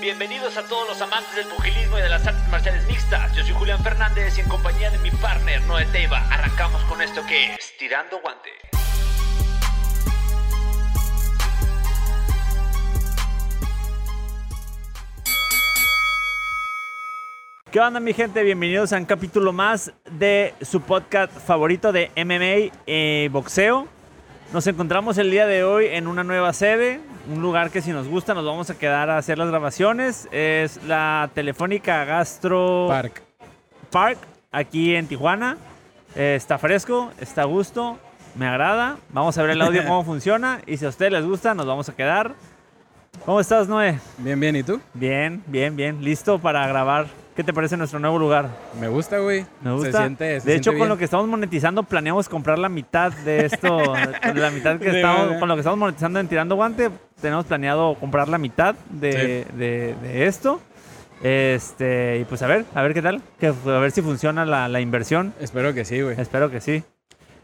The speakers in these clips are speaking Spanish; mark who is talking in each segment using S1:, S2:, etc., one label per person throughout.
S1: Bienvenidos a todos los amantes del pugilismo y de las artes marciales mixtas. Yo soy Julián Fernández y en compañía de mi partner Noé Teiva arrancamos con esto que es Tirando Guante.
S2: ¿Qué onda mi gente? Bienvenidos a un capítulo más de su podcast favorito de MMA y eh, boxeo. Nos encontramos el día de hoy en una nueva sede, un lugar que si nos gusta nos vamos a quedar a hacer las grabaciones. Es la Telefónica Gastro
S3: Park.
S2: Park, aquí en Tijuana. Eh, está fresco, está a gusto, me agrada. Vamos a ver el audio cómo funciona y si a ustedes les gusta nos vamos a quedar. ¿Cómo estás, Noé?
S3: Bien, bien, ¿y tú?
S2: Bien, bien, bien. Listo para grabar. ¿Qué te parece nuestro nuevo lugar?
S3: Me gusta, güey.
S2: Me gusta.
S3: Se siente, se
S2: de hecho,
S3: siente
S2: con lo que
S3: bien.
S2: estamos monetizando, planeamos comprar la mitad de esto. la mitad que
S3: De
S2: estamos,
S3: verdad.
S2: con lo que estamos monetizando en Tirando Guante, tenemos planeado comprar la mitad de, de- de esto. Este, y pues a ver, a ver qué tal. Que, a ver si funciona la, la inversión.
S3: Espero que sí, güey.
S2: Espero que sí.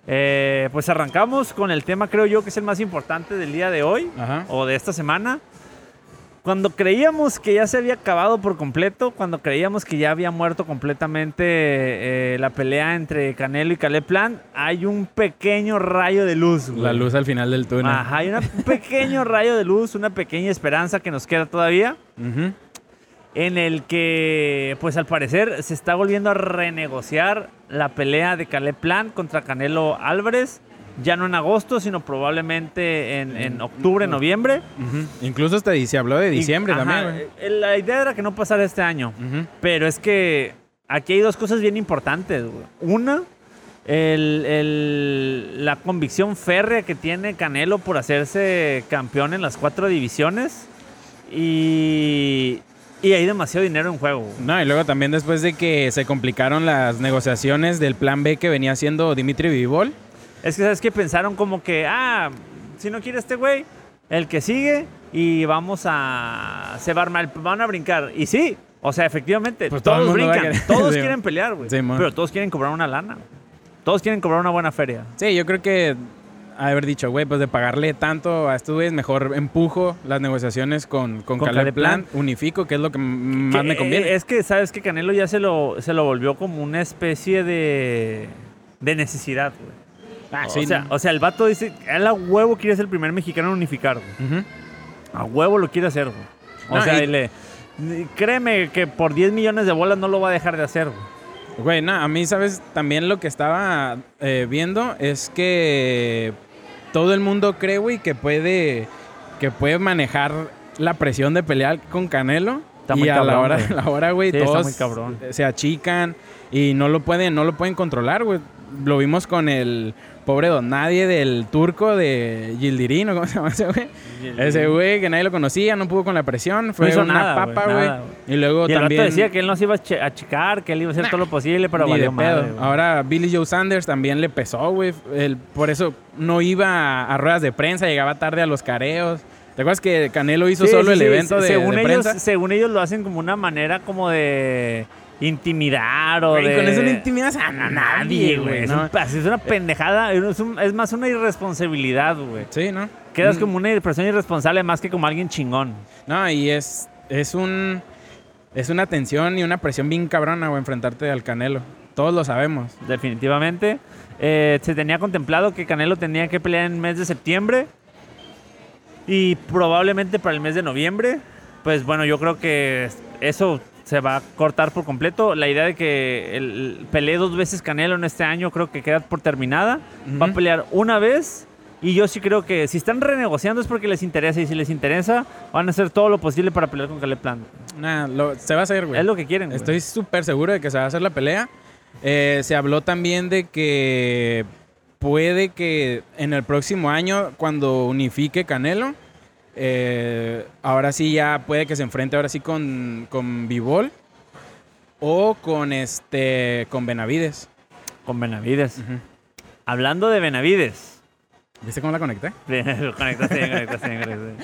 S2: Eh, pues arrancamos con el tema, creo yo, que es el más importante del día de hoy
S3: Ajá.
S2: o de esta semana. Cuando creíamos que ya se había acabado por completo, cuando creíamos que ya había muerto completamente eh, la pelea entre Canelo y Caleb Plan, hay un pequeño rayo de luz. güey.
S3: La luz al final del túnel.
S2: Ajá, hay una- un pequeño rayo de luz, una pequeña esperanza que nos queda todavía,
S3: Ujú.
S2: en el que, pues al parecer, se está volviendo a renegociar la pelea de Caleb Plan contra Canelo Álvarez, ya no en agosto, sino probablemente en, en octubre, noviembre.
S3: Ujú. Incluso hasta dic- se habló de diciembre
S2: Ajá,
S3: también, güey.
S2: eh, La idea era que no pasara este año.
S3: Ujú.
S2: Pero es que aquí hay dos cosas bien importantes. güey. Una, el- el- la convicción férrea que tiene Canelo por hacerse campeón en las cuatro divisiones. Y, y hay demasiado dinero en juego. güey.
S3: No, y luego también después de que se complicaron las negociaciones del plan B que venía haciendo Dimitri Vivol.
S2: Es que, ¿sabes que Pensaron como que, ah, si no quiere este güey, el que sigue y vamos a... Se va a armar, van a brincar. Y sí, o sea, efectivamente,
S3: Pues todo el
S2: todos
S3: mundo va a
S2: brincan,
S3: querer.
S2: todos
S3: Sí,
S2: quieren
S3: mo.
S2: pelear, güey.
S3: Sí, mo.
S2: pero todos quieren cobrar una lana. Todos quieren cobrar una buena feria.
S3: Sí, yo creo que haber dicho, güey, pues de pagarle tanto a estos güeyes, mejor empujo las negociaciones con, con,
S2: Con
S3: Caleb
S2: Caleb
S3: Plan, unifico, que es lo que m-
S2: Que,
S3: más me
S2: eh,
S3: conviene.
S2: Es que, ¿sabes que Canelo ya se lo, se lo volvió como una especie de, de necesidad, güey.
S3: Ah,
S2: o,
S3: sí,
S2: sea,
S3: ¿no?
S2: o sea, el vato dice, él a huevo quiere ser el primer mexicano en unificar, güey.
S3: Ujú.
S2: A huevo lo quiere hacer, güey. O
S3: No,
S2: sea,
S3: y-
S2: y le- y créeme que por 10 millones de bolas no lo va a dejar de hacer, güey.
S3: Güey, no, a mí, ¿sabes? También lo que estaba eh, viendo es que todo el mundo cree, güey, que puede, que puede manejar la presión de pelear con Canelo.
S2: Está
S3: y
S2: muy
S3: a la
S2: cabrón,
S3: hora,
S2: güey.
S3: a la hora, güey,
S2: Sí, está
S3: todos
S2: muy cabrón.
S3: se achican y no lo pueden, no lo pueden controlar, güey. Lo vimos con el pobre don nadie del turco de Gildirín, ¿o ¿cómo se llama ese güey? Ese güey que nadie lo conocía, no pudo con la presión, fue
S2: hizo
S3: una
S2: nada, güey,
S3: papa, güey.
S2: nada,
S3: Y luego
S2: Y el
S3: también
S2: vato decía que él no se iba a che- a checar, que él iba a hacer todo lo posible, pero
S3: ni de
S2: valió madre,
S3: pedo.
S2: güey.
S3: Ahora Billy Joe Sanders también le pesó, güey. Él, Por eso no iba a, a ruedas de prensa, llegaba tarde a los careos. ¿Te acuerdas que Canelo hizo
S2: Sí,
S3: solo
S2: sí,
S3: el
S2: sí,
S3: evento
S2: se-
S3: de,
S2: según
S3: de
S2: ellos,
S3: prensa?
S2: Según ellos lo hacen como una manera como de intimidar o
S3: Güey,
S2: de...
S3: Con eso no intimidas a na- nadie, güey.
S2: Es,
S3: ¿no?
S2: un pas- es una pendejada, es, un- es más una irresponsabilidad, güey.
S3: Sí, ¿no?
S2: Quedas
S3: Mm,
S2: como una persona irresponsable más que como alguien chingón.
S3: No, y es, es un... Es una tensión y una presión bien cabrona, güey, enfrentarte al Canelo. Todos lo sabemos.
S2: definitivamente. Eh, se tenía contemplado que Canelo tenía que pelear en el mes de septiembre y probablemente para el mes de noviembre. Pues bueno, yo creo que eso se va a cortar por completo. La idea de que el, pelee dos veces Canelo en este año creo que queda por terminada. Va a
S3: Ujú.
S2: pelear una vez. Y yo sí creo que si están renegociando es porque les interesa y si les interesa van a hacer todo lo posible para pelear con Caleb Plant.
S3: Nah, lo- se va a hacer, güey.
S2: Es lo que quieren. güey.
S3: Pues, Estoy súper seguro de que se va a hacer la pelea. Eh, se habló también de que puede que en el próximo año, cuando unifique Canelo, eh, ahora sí ya puede que se enfrente ahora sí con, con Bivol o con este con Benavides.
S2: con Benavides. Hablando de Benavides.
S3: ¿Viste cómo la conecté?
S2: Bien, conectaste bien, conectaste bien, conectaste bien.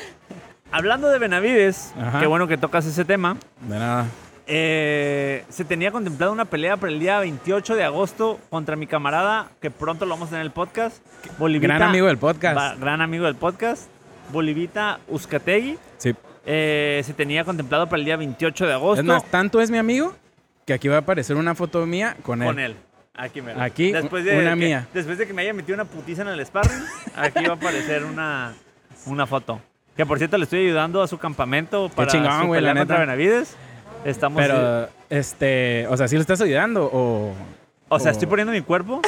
S2: Hablando de Benavides,
S3: Ajá.
S2: qué bueno que tocas ese tema.
S3: De nada.
S2: eh, se tenía contemplada una pelea para el día 28 de agosto contra mi camarada, que pronto lo vamos a tener en el podcast. Bolivita,
S3: Gran amigo del podcast.
S2: va- gran amigo del podcast. Bolivita Uzcategui.
S3: Sí.
S2: Eh, se tenía contemplado para el día 28 de agosto
S3: Es más, tanto es mi amigo que aquí va a aparecer una foto mía con él.
S2: con él. Aquí, mero.
S3: Aquí,
S2: después
S3: u-
S2: de
S3: una
S2: que-
S3: mía.
S2: Después de que me haya metido una putiza en el sparring, aquí va a aparecer una, una foto. Que por cierto, le estoy ayudando a su campamento para
S3: chingón,
S2: su
S3: güey, la
S2: pelea contra
S3: neta.
S2: Benavides. Estamos...
S3: Pero, este, o sea, ¿sí lo estás ayudando o
S2: o sea,
S3: o-
S2: estoy poniendo mi cuerpo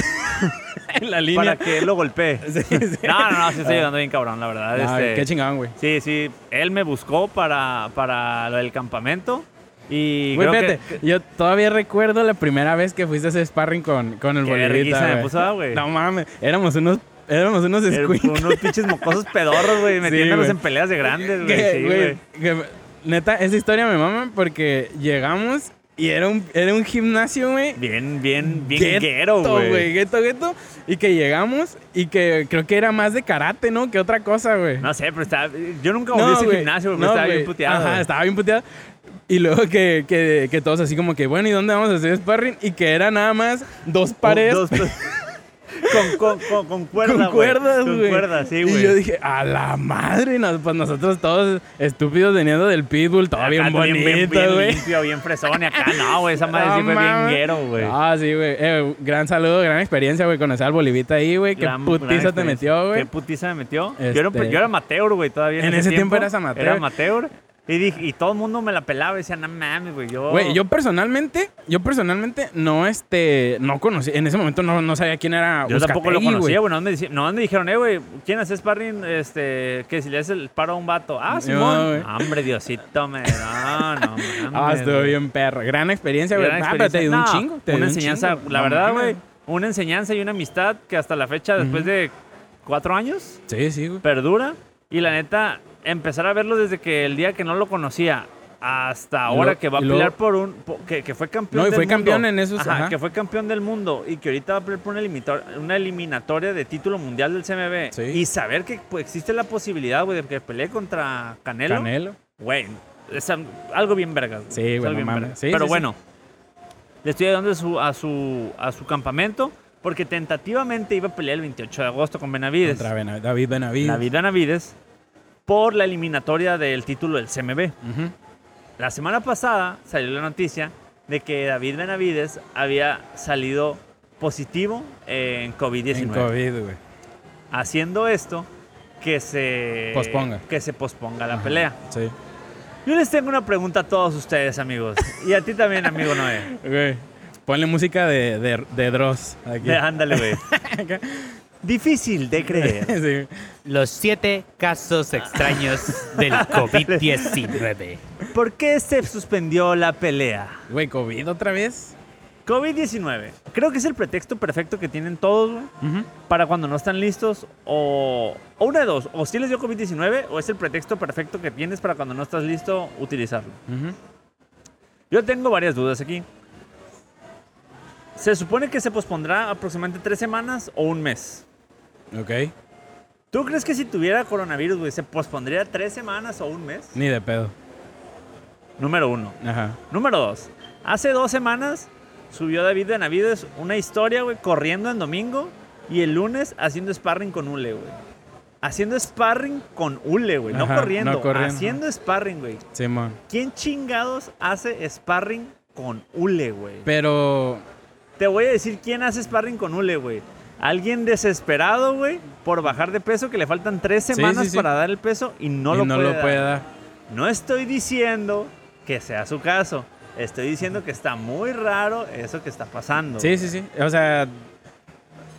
S3: en la
S2: para
S3: línea?
S2: que él lo golpee.
S3: Sí, sí.
S2: No, no, no, sí estoy
S3: Ah.
S2: ayudando bien cabrón, la verdad.
S3: Ay,
S2: este,
S3: qué chingón, güey.
S2: Sí, sí. Él me buscó para, para lo del campamento. Y
S3: Güey,
S2: creo que-
S3: espérate, yo todavía recuerdo la primera vez que fuiste a ese sparring con, con el
S2: Qué
S3: bolivita,
S2: vergüenza me
S3: güey.
S2: puso, ah, güey.
S3: No mames, éramos unos, éramos unos
S2: Eh,
S3: squinkles.
S2: unos pinches mocosos pedorros, güey, metiéndonos
S3: güey.
S2: en peleas de grandes, güey.
S3: Que,
S2: sí,
S3: güey,
S2: güey.
S3: que- neta, esa historia me mama porque llegamos y era un, era un gimnasio, güey.
S2: Bien, bien, bien
S3: gueto,
S2: guero, güey.
S3: Gueto, gueto. Y que llegamos y que creo que era más de karate, ¿no? Que otra cosa, güey.
S2: No sé, pero estaba. Yo nunca volví a ese
S3: güey.
S2: gimnasio, güey, pero
S3: No,
S2: estaba
S3: güey.
S2: bien puteado.
S3: Ajá,
S2: güey.
S3: estaba bien puteado. Y luego que, que, que todos así como que, bueno, ¿y dónde vamos a hacer sparring? Y que era nada más dos paredes
S2: Dos- dos- con, con, con, con cuerda,
S3: con
S2: güey.
S3: cuerdas, güey.
S2: Con cuerdas, sí, güey.
S3: Y yo dije, a la madre, nos- pues nosotros todos estúpidos veniendo del pitbull, todo
S2: Acá
S3: bien
S2: bien- bien-
S3: bonito,
S2: bien
S3: güey.
S2: limpio, bien fresón. y acá no, güey. Esa madre sí
S3: No
S2: fue bien
S3: mames.
S2: guero, güey.
S3: Ah, sí, güey. Eh, gran saludo, gran experiencia, güey. Conocer al Bolivita ahí, güey. Qué
S2: Gran- gran
S3: putiza te
S2: experiencia.
S3: metió,
S2: este,
S3: güey.
S2: Qué putiza me metió. Yo, era, un
S3: Este-
S2: pe- yo era amateur, güey, todavía. En,
S3: En ese tiempo eras amateur.
S2: Era amateur. Y, dije, y todo el mundo me la pelaba y decía, no mames, güey. Yo,
S3: Güey, yo personalmente, yo personalmente no, este, no conocí, en ese momento no, no sabía quién era
S2: Yo tampoco lo
S3: Uzcategui, güey.
S2: conocía, güey. Nomás me, dici- nomás me dijeron, eh, güey, ¿quién hace sparring? Este, que si le haces el paro a un vato. Ah,
S3: No,
S2: Simón.
S3: güey.
S2: Hombre, Diosito, me. No, no,
S3: Ah,
S2: mames,
S3: estuvo
S2: güey.
S3: bien perro. Gran experiencia, güey.
S2: Gran
S3: Ah, pero te dio un
S2: experiencia.
S3: chingo.
S2: No,
S3: te dio
S2: una
S3: un
S2: enseñanza,
S3: chingo.
S2: la
S3: No
S2: verdad,
S3: mames.
S2: güey. Una enseñanza y una amistad que hasta la fecha, después de cuatro años,
S3: Sí, sí, güey.
S2: perdura. Y la neta, empezar a verlo desde que el día que no lo conocía hasta
S3: Y
S2: ahora
S3: luego-
S2: que va a
S3: y luego-
S2: pelear por un. po- que, que fue campeón.
S3: No, y
S2: del
S3: fue campeón
S2: mundo.
S3: en esos-
S2: Ajá,
S3: ajá.
S2: Que fue campeón del mundo y que ahorita va a pelear por una, elimitor- una eliminatoria de título mundial del CMB.
S3: Sí.
S2: Y saber que pues, existe la posibilidad, güey, de que pelee contra Canelo.
S3: Canelo.
S2: Güey, es al- algo bien vergas. güey.
S3: Sí,
S2: Es
S3: güey,
S2: algo
S3: no
S2: bien
S3: mames.
S2: vergas.
S3: Sí,
S2: Pero
S3: sí, sí.
S2: bueno, le estoy ayudando a su, a, su, a su campamento porque tentativamente iba a pelear el 28 de agosto con Benavides.
S3: Contra Bena- David Benavides.
S2: David Benavides por la eliminatoria del título del CMB.
S3: Ujú.
S2: La semana pasada salió la noticia de que David Benavides había salido positivo en
S3: En
S2: COVID-19.
S3: COVID, güey.
S2: Haciendo esto que se
S3: Posponga.
S2: que se posponga la pelea.
S3: Sí.
S2: Yo les tengo una pregunta a todos ustedes, amigos, y a ti también, amigo Noé.
S3: Güey. Ponle música de, de, de Dross aquí.
S2: De- Ándale, güey. Difícil de creer.
S3: sí.
S4: Los siete casos extraños del COVID-19.
S2: ¿Por qué se suspendió la pelea?
S3: Güey, COVID otra vez.
S2: COVID-19. Creo que es el pretexto perfecto que tienen todos, güey, para cuando no están listos o, o una de dos, o si les dio COVID-19 o es el pretexto perfecto que tienes para cuando no estás listo utilizarlo.
S3: Ujú.
S2: Yo tengo varias dudas aquí. Se supone que se pospondrá aproximadamente tres semanas o un mes.
S3: Ok.
S2: ¿Tú crees que si tuviera coronavirus, güey, se pospondría tres semanas o un mes?
S3: Ni de pedo.
S2: Número uno.
S3: Ajá.
S2: Número dos. Hace dos semanas subió David Benavides una historia, güey, corriendo en domingo y el lunes haciendo sparring con Ule, güey. Haciendo sparring con Ule, güey. No
S3: Ajá, no
S2: corriendo.
S3: corriendo.
S2: Haciendo sparring, güey.
S3: Simón.
S2: ¿Quién chingados hace sparring con Ule, güey?
S3: Pero.
S2: Te voy a decir quién hace sparring con Ule, güey. Alguien desesperado, güey, por bajar de peso, que le faltan tres
S3: Sí,
S2: semanas
S3: sí, sí.
S2: para dar el peso y no
S3: y
S2: lo
S3: no
S2: puede
S3: lo
S2: dar.
S3: puede dar.
S2: No estoy diciendo que sea su caso. Estoy diciendo que está muy raro eso que está pasando.
S3: Sí,
S2: güey.
S3: sí, sí. O sea.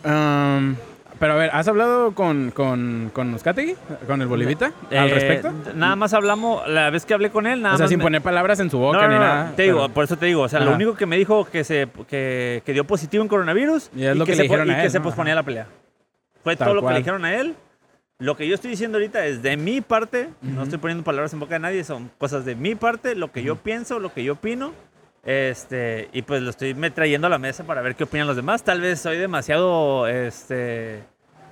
S3: um, pero a ver, ¿has hablado con, con, con Uzcategui? ¿Con el Bolivita? ¿Al
S2: Eh,
S3: respecto?
S2: Nada más hablamos, la vez que hablé con él, nada
S3: o sea,
S2: más
S3: sin
S2: me-
S3: poner palabras en su
S2: No,
S3: boca
S2: no,
S3: ni
S2: no,
S3: nada.
S2: te digo,
S3: pero-
S2: por eso te digo, o sea,
S3: Ajá.
S2: lo único que me dijo que se que, que dio positivo en coronavirus
S3: Y es lo que
S2: se,
S3: le
S2: po-
S3: dijeron
S2: y
S3: a
S2: que
S3: él,
S2: se
S3: ¿no?
S2: posponía la pelea. Fue
S3: Tal
S2: todo lo que
S3: cual.
S2: le dijeron a él. Lo que yo estoy diciendo ahorita es de mi parte, no estoy poniendo palabras en boca de nadie, son cosas de mi parte, lo que yo pienso, lo que yo opino. Este, y pues lo estoy me trayendo a la mesa para ver qué opinan los demás. Tal vez soy demasiado este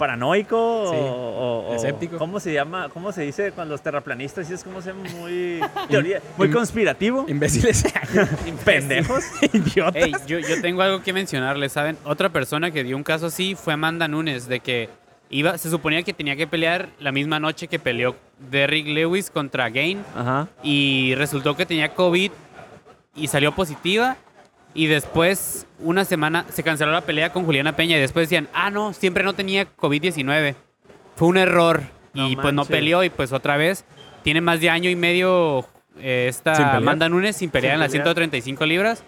S2: paranoico
S3: Sí,
S2: o, o- o-
S3: escéptico.
S2: ¿Cómo se llama? ¿Cómo se dice cuando los terraplanistas? Sí, es como se llama muy teoría, muy conspirativo
S3: Imbéciles.
S2: pendejos, idiotas.
S4: Ey, yo, yo tengo algo que mencionarles, ¿saben? Otra persona que dio un caso así fue Amanda Nunes, de que Iba, se suponía que tenía que pelear la misma noche que peleó Derrick Lewis contra Gain
S2: Ajá.
S4: y resultó que tenía COVID y salió positiva. Y después, una semana, se canceló la pelea con Juliana Peña y después decían, ah, no, siempre no tenía COVID-19. Fue un error.
S2: No
S4: y pues no
S2: manches.
S4: peleó y pues otra vez. Tiene más de año y medio eh,
S3: Sin
S4: esta
S3: pelear.
S4: Amanda Nunes sin pelear
S2: Sin
S4: en las
S2: pelear.
S4: 135 libras.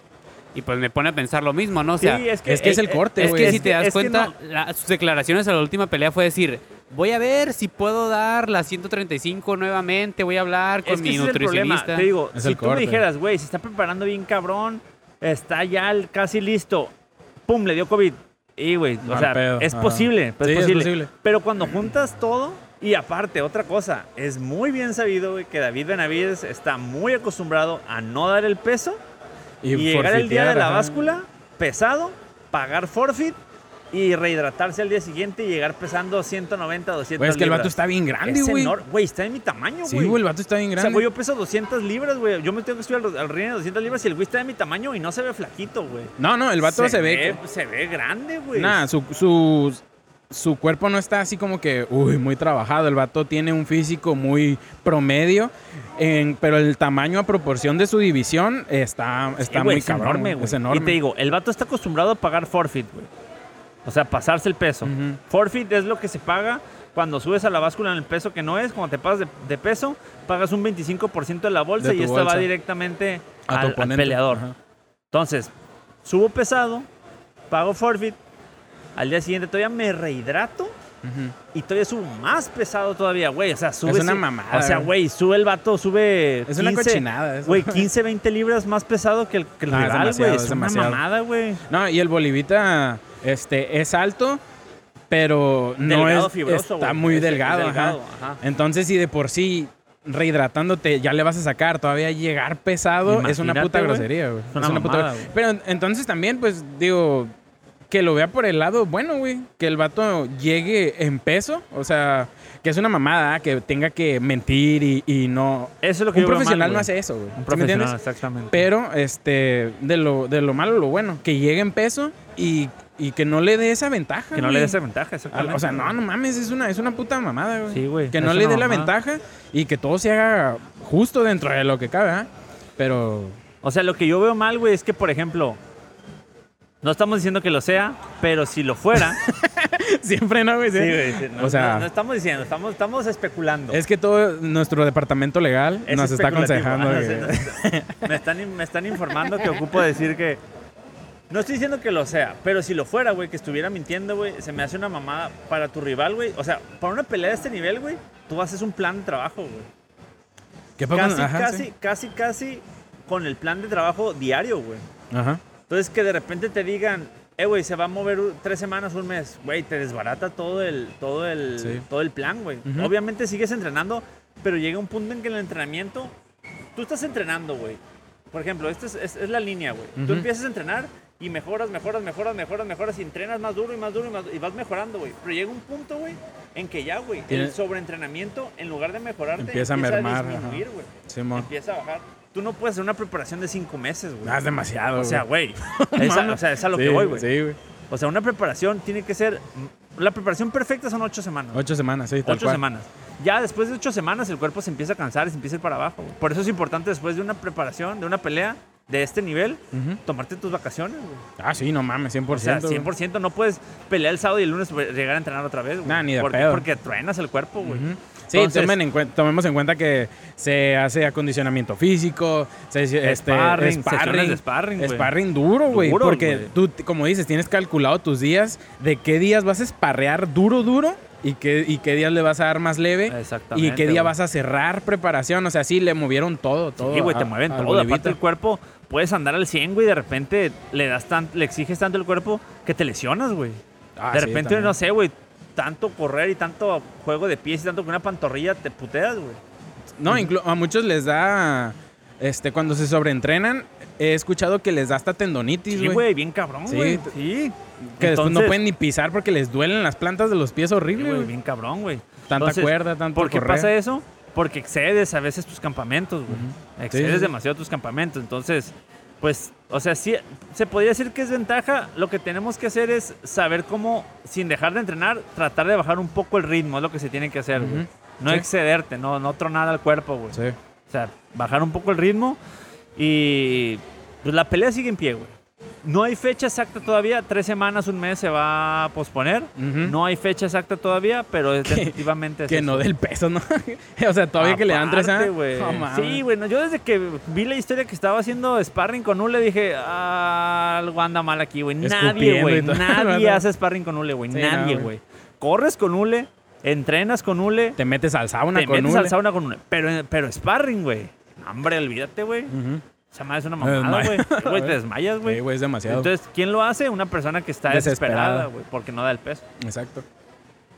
S4: Y pues me pone a pensar lo mismo, ¿no? O sea,
S2: Sí, eh,
S3: es que es el corte,
S4: es
S3: güey.
S4: que
S3: Es
S4: si te das
S2: es que
S4: cuenta,
S2: no-
S4: la- sus declaraciones a la última pelea fue decir, voy a ver si puedo dar la 135 nuevamente, voy a hablar con
S2: es que
S4: mi
S2: ese es el problema,
S4: nutricionista.
S2: Te digo,
S3: Es
S2: si
S3: el
S2: tú me
S3: corte.
S2: dijeras, güey, se está preparando bien cabrón, está ya el- casi listo, pum, le dio COVID. Y, güey, o
S3: Mal
S2: sea,
S3: pedo,
S2: es
S3: ajá.
S2: posible, pues,
S3: Sí, es
S2: posible.
S3: posible.
S2: Pero cuando juntas todo, y aparte, otra cosa, es muy bien sabido, güey, que David Benavides está muy acostumbrado a no dar el peso y, llegar el día de
S3: forfeitear,
S2: la
S3: ajá.
S2: báscula pesado, pagar forfeit y rehidratarse al día siguiente y llegar pesando 190, 200
S3: Güey, es que el vato
S2: libras.
S3: está bien grande,
S2: Es
S3: güey.
S2: enorme. Güey, está en mi tamaño, güey.
S3: Sí, güey, el vato está bien
S2: O sea,
S3: grande.
S2: güey, yo peso 200 libras, güey. Yo me tengo que subir al, al ring de 200 libras y el güey está de mi tamaño y no se ve flaquito, güey.
S3: no, no, el vato se, ve. que-
S2: Se ve grande, güey.
S3: Nah, su, su, su cuerpo no está así como que, uy, muy trabajado. El vato tiene un físico muy promedio, en- pero el tamaño a proporción de su división está,
S2: Sí,
S3: está
S2: güey,
S3: muy
S2: es
S3: cabrón.
S2: enorme, güey.
S3: es enorme.
S2: Y te digo, el vato está acostumbrado a pagar forfeit, güey. O sea, pasarse el peso.
S3: Ujú.
S2: Forfeit es lo que se paga cuando subes a la báscula en el peso que no es. Cuando te pasas de, de peso, pagas un 25% de la bolsa
S3: De
S2: y
S3: tu
S2: esta va
S3: bolsa.
S2: directamente
S3: A tu
S2: al, al
S3: oponente.
S2: peleador.
S3: Ajá.
S2: Entonces, subo pesado, pago forfeit, al día siguiente todavía me rehidrato
S3: Ujú.
S2: y todavía subo más pesado todavía, güey. O sea, sube.
S3: Es una
S2: sí.
S3: mamada,
S2: O sea,
S3: güey.
S2: güey, sube el vato, sube.
S3: Es una cochinada eso.
S2: Güey, 15, 20 libras más pesado que el, que el
S3: Ah, es
S2: rival,
S3: demasiado,
S2: güey. Es,
S3: es
S2: una
S3: demasiado.
S2: mamada, güey.
S3: No, y el Bolivita este, es alto, pero no
S2: Delgado,
S3: es.
S2: fibroso,
S3: está
S2: güey.
S3: muy
S2: Es- es
S3: delgado,
S2: delgado,
S3: ajá.
S2: ajá.
S3: Entonces, si de por sí rehidratándote ya le vas a sacar, todavía llegar pesado es una
S2: Imagínate,
S3: puta
S2: güey.
S3: grosería, güey.
S2: Es una
S3: puta
S2: mamada,
S3: gro- Pero en- entonces también, pues, digo, que lo vea por el lado bueno, güey. Que el vato llegue en peso, o sea, que es una mamada, ¿ah? que tenga que mentir y, y no.
S2: Eso es lo que
S3: Un
S2: yo veo mal,
S3: profesional no
S2: güey.
S3: hace eso, güey.
S2: Un
S3: ¿Sí me entiendes?
S2: profesional, exactamente.
S3: Pero este, de lo, de lo malo, lo bueno, que llegue en peso y, y que no le dé esa ventaja.
S2: que no
S3: güey.
S2: le des esa ventaja,
S3: Al-
S2: exactamente.
S3: Ah, O sea, no, no mames, es una, es una puta mamada, güey.
S2: Sí, güey,
S3: Que
S2: es
S3: no le
S2: una
S3: dé la
S2: mamada.
S3: ventaja y que todo se haga justo dentro de lo que cabe, ¿ah? Pero.
S2: O sea, lo que yo veo mal, güey, es que, por ejemplo, no estamos diciendo que lo sea, pero si lo fuera.
S3: Siempre no, güey. sí.
S2: No,
S3: o sea,
S2: no, no estamos diciendo, estamos, estamos especulando.
S3: es que todo nuestro departamento legal
S2: Es
S3: nos está
S2: especulativo.
S3: aconsejando.
S2: Ah, no
S3: que-
S2: sé, no- me, están, in- me están informando que ocupo decir que. No estoy diciendo que lo sea, pero si lo fuera, güey, que estuviera mintiendo, güey, se me hace una mamada para tu rival, güey. O sea, para una pelea de este nivel, güey, tú haces un plan de trabajo, güey.
S3: ¿Qué pasa
S2: Casi,
S3: con- Pues ajá,
S2: casi,
S3: sí.
S2: casi, casi con el plan de trabajo diario, güey.
S3: Ajá.
S2: Entonces, que de repente te digan, eh, güey, se va a mover u- tres semanas, un mes, güey, te desbarata todo el, todo el,
S3: Sí.
S2: todo el plan, güey.
S3: Ujú.
S2: Obviamente sigues entrenando, pero llega un punto en que en el entrenamiento, tú estás entrenando, güey. Por ejemplo, esta es, es- es la línea, güey. Tú
S3: Ujú.
S2: empiezas a entrenar y mejoras, mejoras, mejoras, mejoras, mejoras, y entrenas más duro y más duro y, más, y vas mejorando, güey. Pero llega un punto, güey, en que ya, güey,
S3: Tiene-
S2: el sobreentrenamiento, en lugar de mejorarte,
S3: Empieza a mermar, ajá.
S2: disminuir, güey.
S3: Simón.
S2: Empieza a bajar. Tú no puedes hacer una preparación de cinco meses, güey.
S3: Ah, es demasiado.
S2: O sea,
S3: güey.
S2: güey. esa- o sea, es a lo que
S3: Sí,
S2: voy, güey.
S3: Sí, güey.
S2: O sea, una preparación tiene que ser. La preparación perfecta son ocho semanas. Ocho,
S3: Ocho semanas, sí, tal cual.
S2: semanas. Ya después de ocho semanas, el cuerpo se empieza a cansar y se empieza a ir para abajo. güey. Por eso es importante, después de una preparación, de una pelea de este nivel,
S3: Ujú.
S2: tomarte tus vacaciones, güey.
S3: Ah, sí, no mames, 100%.
S2: O sea,
S3: güey.
S2: 100% no puedes pelear el sábado y el lunes llegar a entrenar otra vez, güey.
S3: Nah, ni de
S2: ¿Por qué?
S3: pedo.
S2: Porque truenas el cuerpo, güey.
S3: Ujú. Sí,
S2: Entonces-
S3: tomen en cuen- tomemos en cuenta que se hace acondicionamiento físico, se, este,
S2: Sparring, sesiones de sparring, güey.
S3: sparring duro, güey.
S2: Duro,
S3: Porque
S2: güey.
S3: tú, t- como dices, tienes calculado tus días, de qué días vas a sparrear duro, duro, y qué, y qué días le vas a dar más leve,
S2: Exactamente,
S3: y qué día
S2: güey.
S3: vas a cerrar preparación. O sea, sí, le movieron todo, todo.
S2: Sí, güey, te
S3: a-
S2: mueven
S3: al
S2: todo.
S3: Bolivita.
S2: Aparte el cuerpo, puedes andar al 100, güey, y de repente le das tan, le exiges tanto el cuerpo que te lesionas, güey.
S3: Ah,
S2: de
S3: sí,
S2: repente,
S3: también.
S2: no sé, güey, tanto correr y tanto juego de pies y tanto que una pantorrilla te puteas, güey.
S3: No, inclu- a muchos les da, este, cuando se sobreentrenan, he escuchado que les da hasta tendonitis,
S2: Sí,
S3: güey.
S2: güey, bien cabrón,
S3: Sí,
S2: güey.
S3: te-
S2: Sí.
S3: Que después no
S2: Entonces,
S3: pueden ni pisar porque les duelen las plantas de los pies
S2: sí,
S3: horrible,
S2: güey,
S3: güey.
S2: bien cabrón, güey.
S3: Tanta cuerda, tanto
S2: ¿Por qué
S3: correr.
S2: pasa eso? Porque excedes a veces tus campamentos, güey.
S3: Sí,
S2: Excedes
S3: sí, sí.
S2: demasiado tus campamentos. Entonces, pues, o sea, sí, se podría decir que es ventaja. Lo que tenemos que hacer es saber cómo, sin dejar de entrenar, tratar de bajar un poco el ritmo, es lo que se tiene que hacer, güey.
S3: Ujú.
S2: No
S3: Sí.
S2: excederte, no, no tronar al cuerpo, güey.
S3: Sí.
S2: O sea, bajar un poco el ritmo y pues la pelea sigue en pie, güey. No hay fecha exacta todavía, tres semanas, un mes se va a posponer.
S3: Ujú.
S2: No hay fecha exacta todavía, pero es definitivamente es
S3: Que
S2: eso.
S3: no del peso, ¿no? o sea, todavía que le dan tres
S2: Aparte,
S3: años.
S2: güey.
S3: No mames.
S2: sí, güey. no, yo desde que vi la historia que estaba haciendo sparring con Ule dije, "Ah, algo anda mal aquí, güey. Nadie,
S3: Escupiendo
S2: güey.
S3: y todo.
S2: Nadie
S3: No.
S2: hace sparring con Ule, güey.
S3: Sí, no,
S2: nadie,
S3: güey.
S2: güey. Corres con Ule, entrenas con Ule, te,
S3: Te metes al sauna con
S2: metes
S3: Ule.
S2: al sauna con Ule. Pero, pero sparring, güey. No, Hombre, olvídate, güey.
S3: Ujú.
S2: Esa madre es una
S3: Me
S2: mamada, güey.
S3: desmayo.
S2: Güey, te desmayas,
S3: Sí,
S2: güey.
S3: güey, es demasiado.
S2: Entonces, ¿quién lo hace? Una persona que está
S3: Desesperada.
S2: desesperada, güey, porque no da el peso.
S3: Exacto.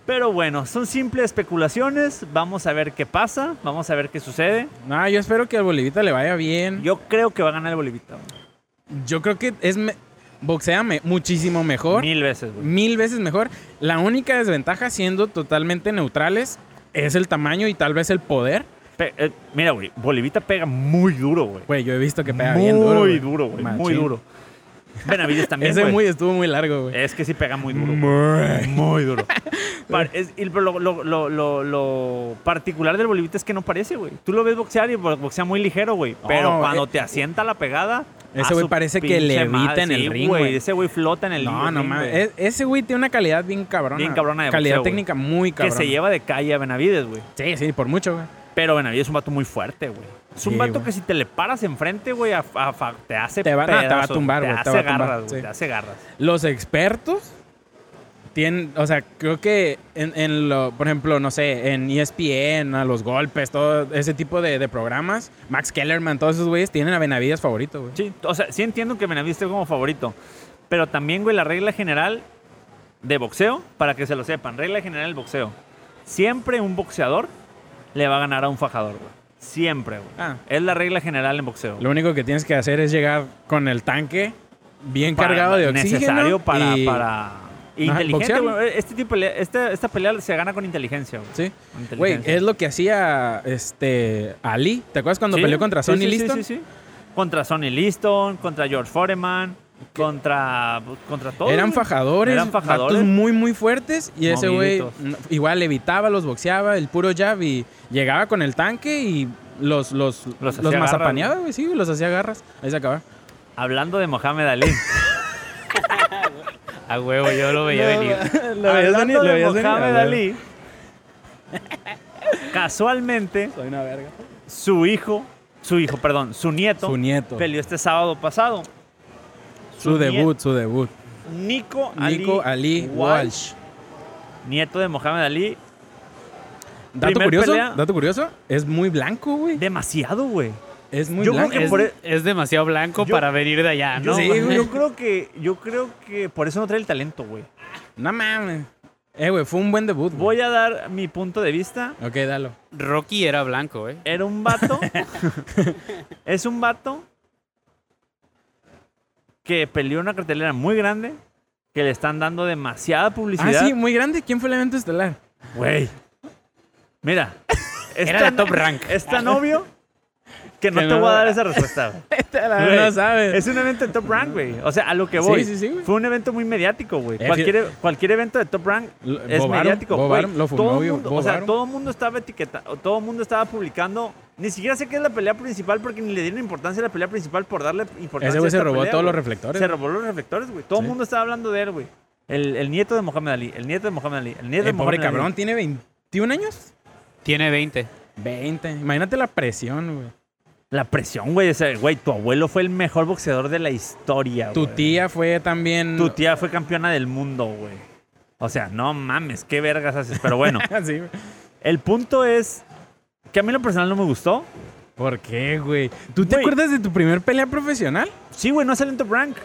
S2: Pero bueno, son simples especulaciones. Vamos a ver qué pasa, vamos a ver qué sucede.
S3: No, yo espero que al Bolivita le vaya bien. Yo,
S2: Yo creo que va a ganar el Bolivita. güey.
S3: creo que es me- boxea me- muchísimo mejor.
S2: Mil veces, güey.
S3: mil veces mejor. La única desventaja, siendo totalmente neutrales, es el tamaño y tal vez el poder.
S2: Pe- eh, mira, güey, Bolivita pega muy duro, güey.
S3: Güey, yo he visto que pega
S2: Muy
S3: bien duro.
S2: duro, güey. Muy
S3: Machín.
S2: duro. Benavides también,
S3: Ese
S2: güey.
S3: muy estuvo muy largo, güey.
S2: Es que sí pega muy duro. güey.
S3: Muy.
S2: Muy duro. Par- es- y lo, lo- lo- lo- lo particular del Bolivita es que no parece, güey. Tú lo ves boxear y bo- boxea muy ligero, güey. Pero
S3: No,
S2: cuando
S3: eh,
S2: te asienta la pegada.
S3: ese
S2: a
S3: güey
S2: su
S3: parece que
S2: pinche
S3: levita
S2: madre.
S3: en el
S2: Sí,
S3: ring, güey.
S2: Ese güey flota en el
S3: No, no
S2: ring,
S3: mames.
S2: güey.
S3: E- Ese güey tiene una calidad bien cabrona.
S2: Bien cabrona de
S3: Calidad
S2: boxeo, güey.
S3: técnica muy
S2: Que
S3: cabrona.
S2: se lleva de calle a Benavides, güey.
S3: Sí, sí, por mucho, güey.
S2: Pero Benavides es un vato muy fuerte, güey. Es un
S3: Sí,
S2: vato
S3: güey.
S2: que si te le paras enfrente, güey, a- a- a- te hace
S3: Te va- no, te va a
S2: pedazos,
S3: tumbar,
S2: Te
S3: güey, te
S2: hace
S3: va a tumbar,
S2: garras, güey.
S3: sí.
S2: Te hace garras.
S3: Los expertos tienen, o sea, creo que en, en lo, por ejemplo, no sé, en E ESPN, a los golpes, todo ese tipo de, de programas, Max Kellerman, todos esos güeyes tienen a Benavides favorito, güey.
S2: Sí, o sea, sí entiendo que Benavides esté como favorito. Pero también, güey, la regla general de boxeo, para que se lo sepan, regla general del boxeo. Siempre un boxeador le va a ganar a un fajador, güey. Siempre, güey.
S3: Ah.
S2: Es la regla general en boxeo.
S3: Lo único que tienes que hacer es llegar con el tanque bien
S2: Para-
S3: cargado de oxígeno.
S2: Necesario para...
S3: y-
S2: para inteligente,
S3: boxear,
S2: güey. Este tipo, de pelea- este- esta pelea se gana con inteligencia, güey.
S3: Sí.
S2: Con
S3: Güey,
S2: inteligencia.
S3: es lo que hacía este Ali. ¿Te acuerdas cuando
S2: Sí,
S3: peleó contra
S2: sí,
S3: Sonny
S2: sí, sí,
S3: Liston?
S2: Sí, sí, Contra Sonny Liston, contra George Foreman, contra, contra todos.
S3: Eran
S2: güey.
S3: fajadores,
S2: Eran fajadores.
S3: vatos muy, muy fuertes. Y ese güey
S2: Moviditos.
S3: mm, igual evitaba, los boxeaba, el puro jab y llegaba con el tanque y los, los,
S2: Los
S3: los,
S2: hacía garras,
S3: mazapaneaba, güey, sí, los hacía garras. Ahí se acababa.
S2: Hablando de Mohamed Ali.
S4: A huevo, yo lo veía venir.
S3: Lo veías venir,
S2: Hablando
S3: lo
S2: de
S3: veías venir,
S2: Mohamed
S3: a huevo.
S2: Ali. Casualmente,
S3: Soy una verga.
S2: su hijo, su hijo, perdón, su nieto,
S3: Su nieto.
S2: peleó este sábado pasado.
S3: Su,
S2: su
S3: debut, su debut.
S2: Nico,
S3: Nico Ali Walsh.
S2: nieto de Mohamed Ali.
S3: Dato
S2: Primer
S3: curioso,
S2: pelea.
S3: dato curioso, es muy blanco, güey.
S2: Demasiado, güey.
S3: Es muy
S2: yo creo
S3: blanco.
S2: que
S4: Es,
S2: por-
S4: es demasiado blanco
S2: Yo-
S4: para venir de allá, Ah, ¿no?
S3: Sí,
S2: güey,
S3: güey.
S2: yo creo que, yo creo que por eso no trae el talento, güey.
S3: No mames. Eh, güey, fue un buen debut. güey.
S2: e- Voy a dar mi punto de vista.
S3: Ok, dalo.
S4: Rocky era blanco, ¿eh?
S2: Era un vato. es un vato que peleó una cartelera muy grande. Que le están dando demasiada
S3: Ah,
S2: publicidad.
S3: sí, muy grande. ¿Quién fue el evento estelar?
S2: Güey. Mira. Es
S4: Era
S2: tan-
S4: de top rank.
S2: Es tan obvio que no
S3: Que
S2: te
S3: no-
S2: voy a dar esa respuesta. güey. Güey,
S3: no sabes.
S2: Es un evento de top rank, güey. O sea, a lo que
S3: Sí,
S2: voy.
S3: sí, sí, güey.
S2: Fue un evento muy mediático, güey.
S3: Eh,
S2: Cualquier, cualquier evento de top rank
S3: Lo-
S2: es
S3: Bob Arum-
S2: mediático.
S3: Bob
S2: güey.
S3: Arum lo fundó,
S2: todo
S3: yo-
S2: mundo,
S3: Bob
S2: o sea,
S3: Arum.
S2: todo el mundo estaba etiquetando, todo el mundo estaba publicando. Ni siquiera sé qué es la pelea principal porque ni le dieron importancia a la pelea principal por darle importancia.
S3: Ese
S2: a
S3: güey se
S2: esta
S3: robó
S2: pelea,
S3: todos
S2: güey.
S3: los reflectores.
S2: Se robó los reflectores, güey. Todo el
S3: Sí.
S2: mundo estaba hablando de él, güey. El, el nieto de Mohamed Ali, el nieto de Mohamed Ali, el nieto de
S3: El pobre
S2: Mohamed Ali.
S3: cabrón tiene 21 años.
S4: Tiene 20.
S3: 20. Imagínate la presión, güey.
S2: La presión, güey. O sea, güey, tu abuelo fue el mejor boxeador de la historia,
S3: Tu
S2: güey.
S3: tía fue también.
S2: Tu tía fue campeona del mundo, güey. O sea, no mames, qué vergas haces. Pero bueno,
S3: sí, güey.
S2: el punto es que a mí en lo personal no me gustó.
S3: ¿Por qué, güey? ¿Tú te
S2: Güey.
S3: acuerdas de tu primer pelea profesional?
S2: Sí, güey, no es talento rank.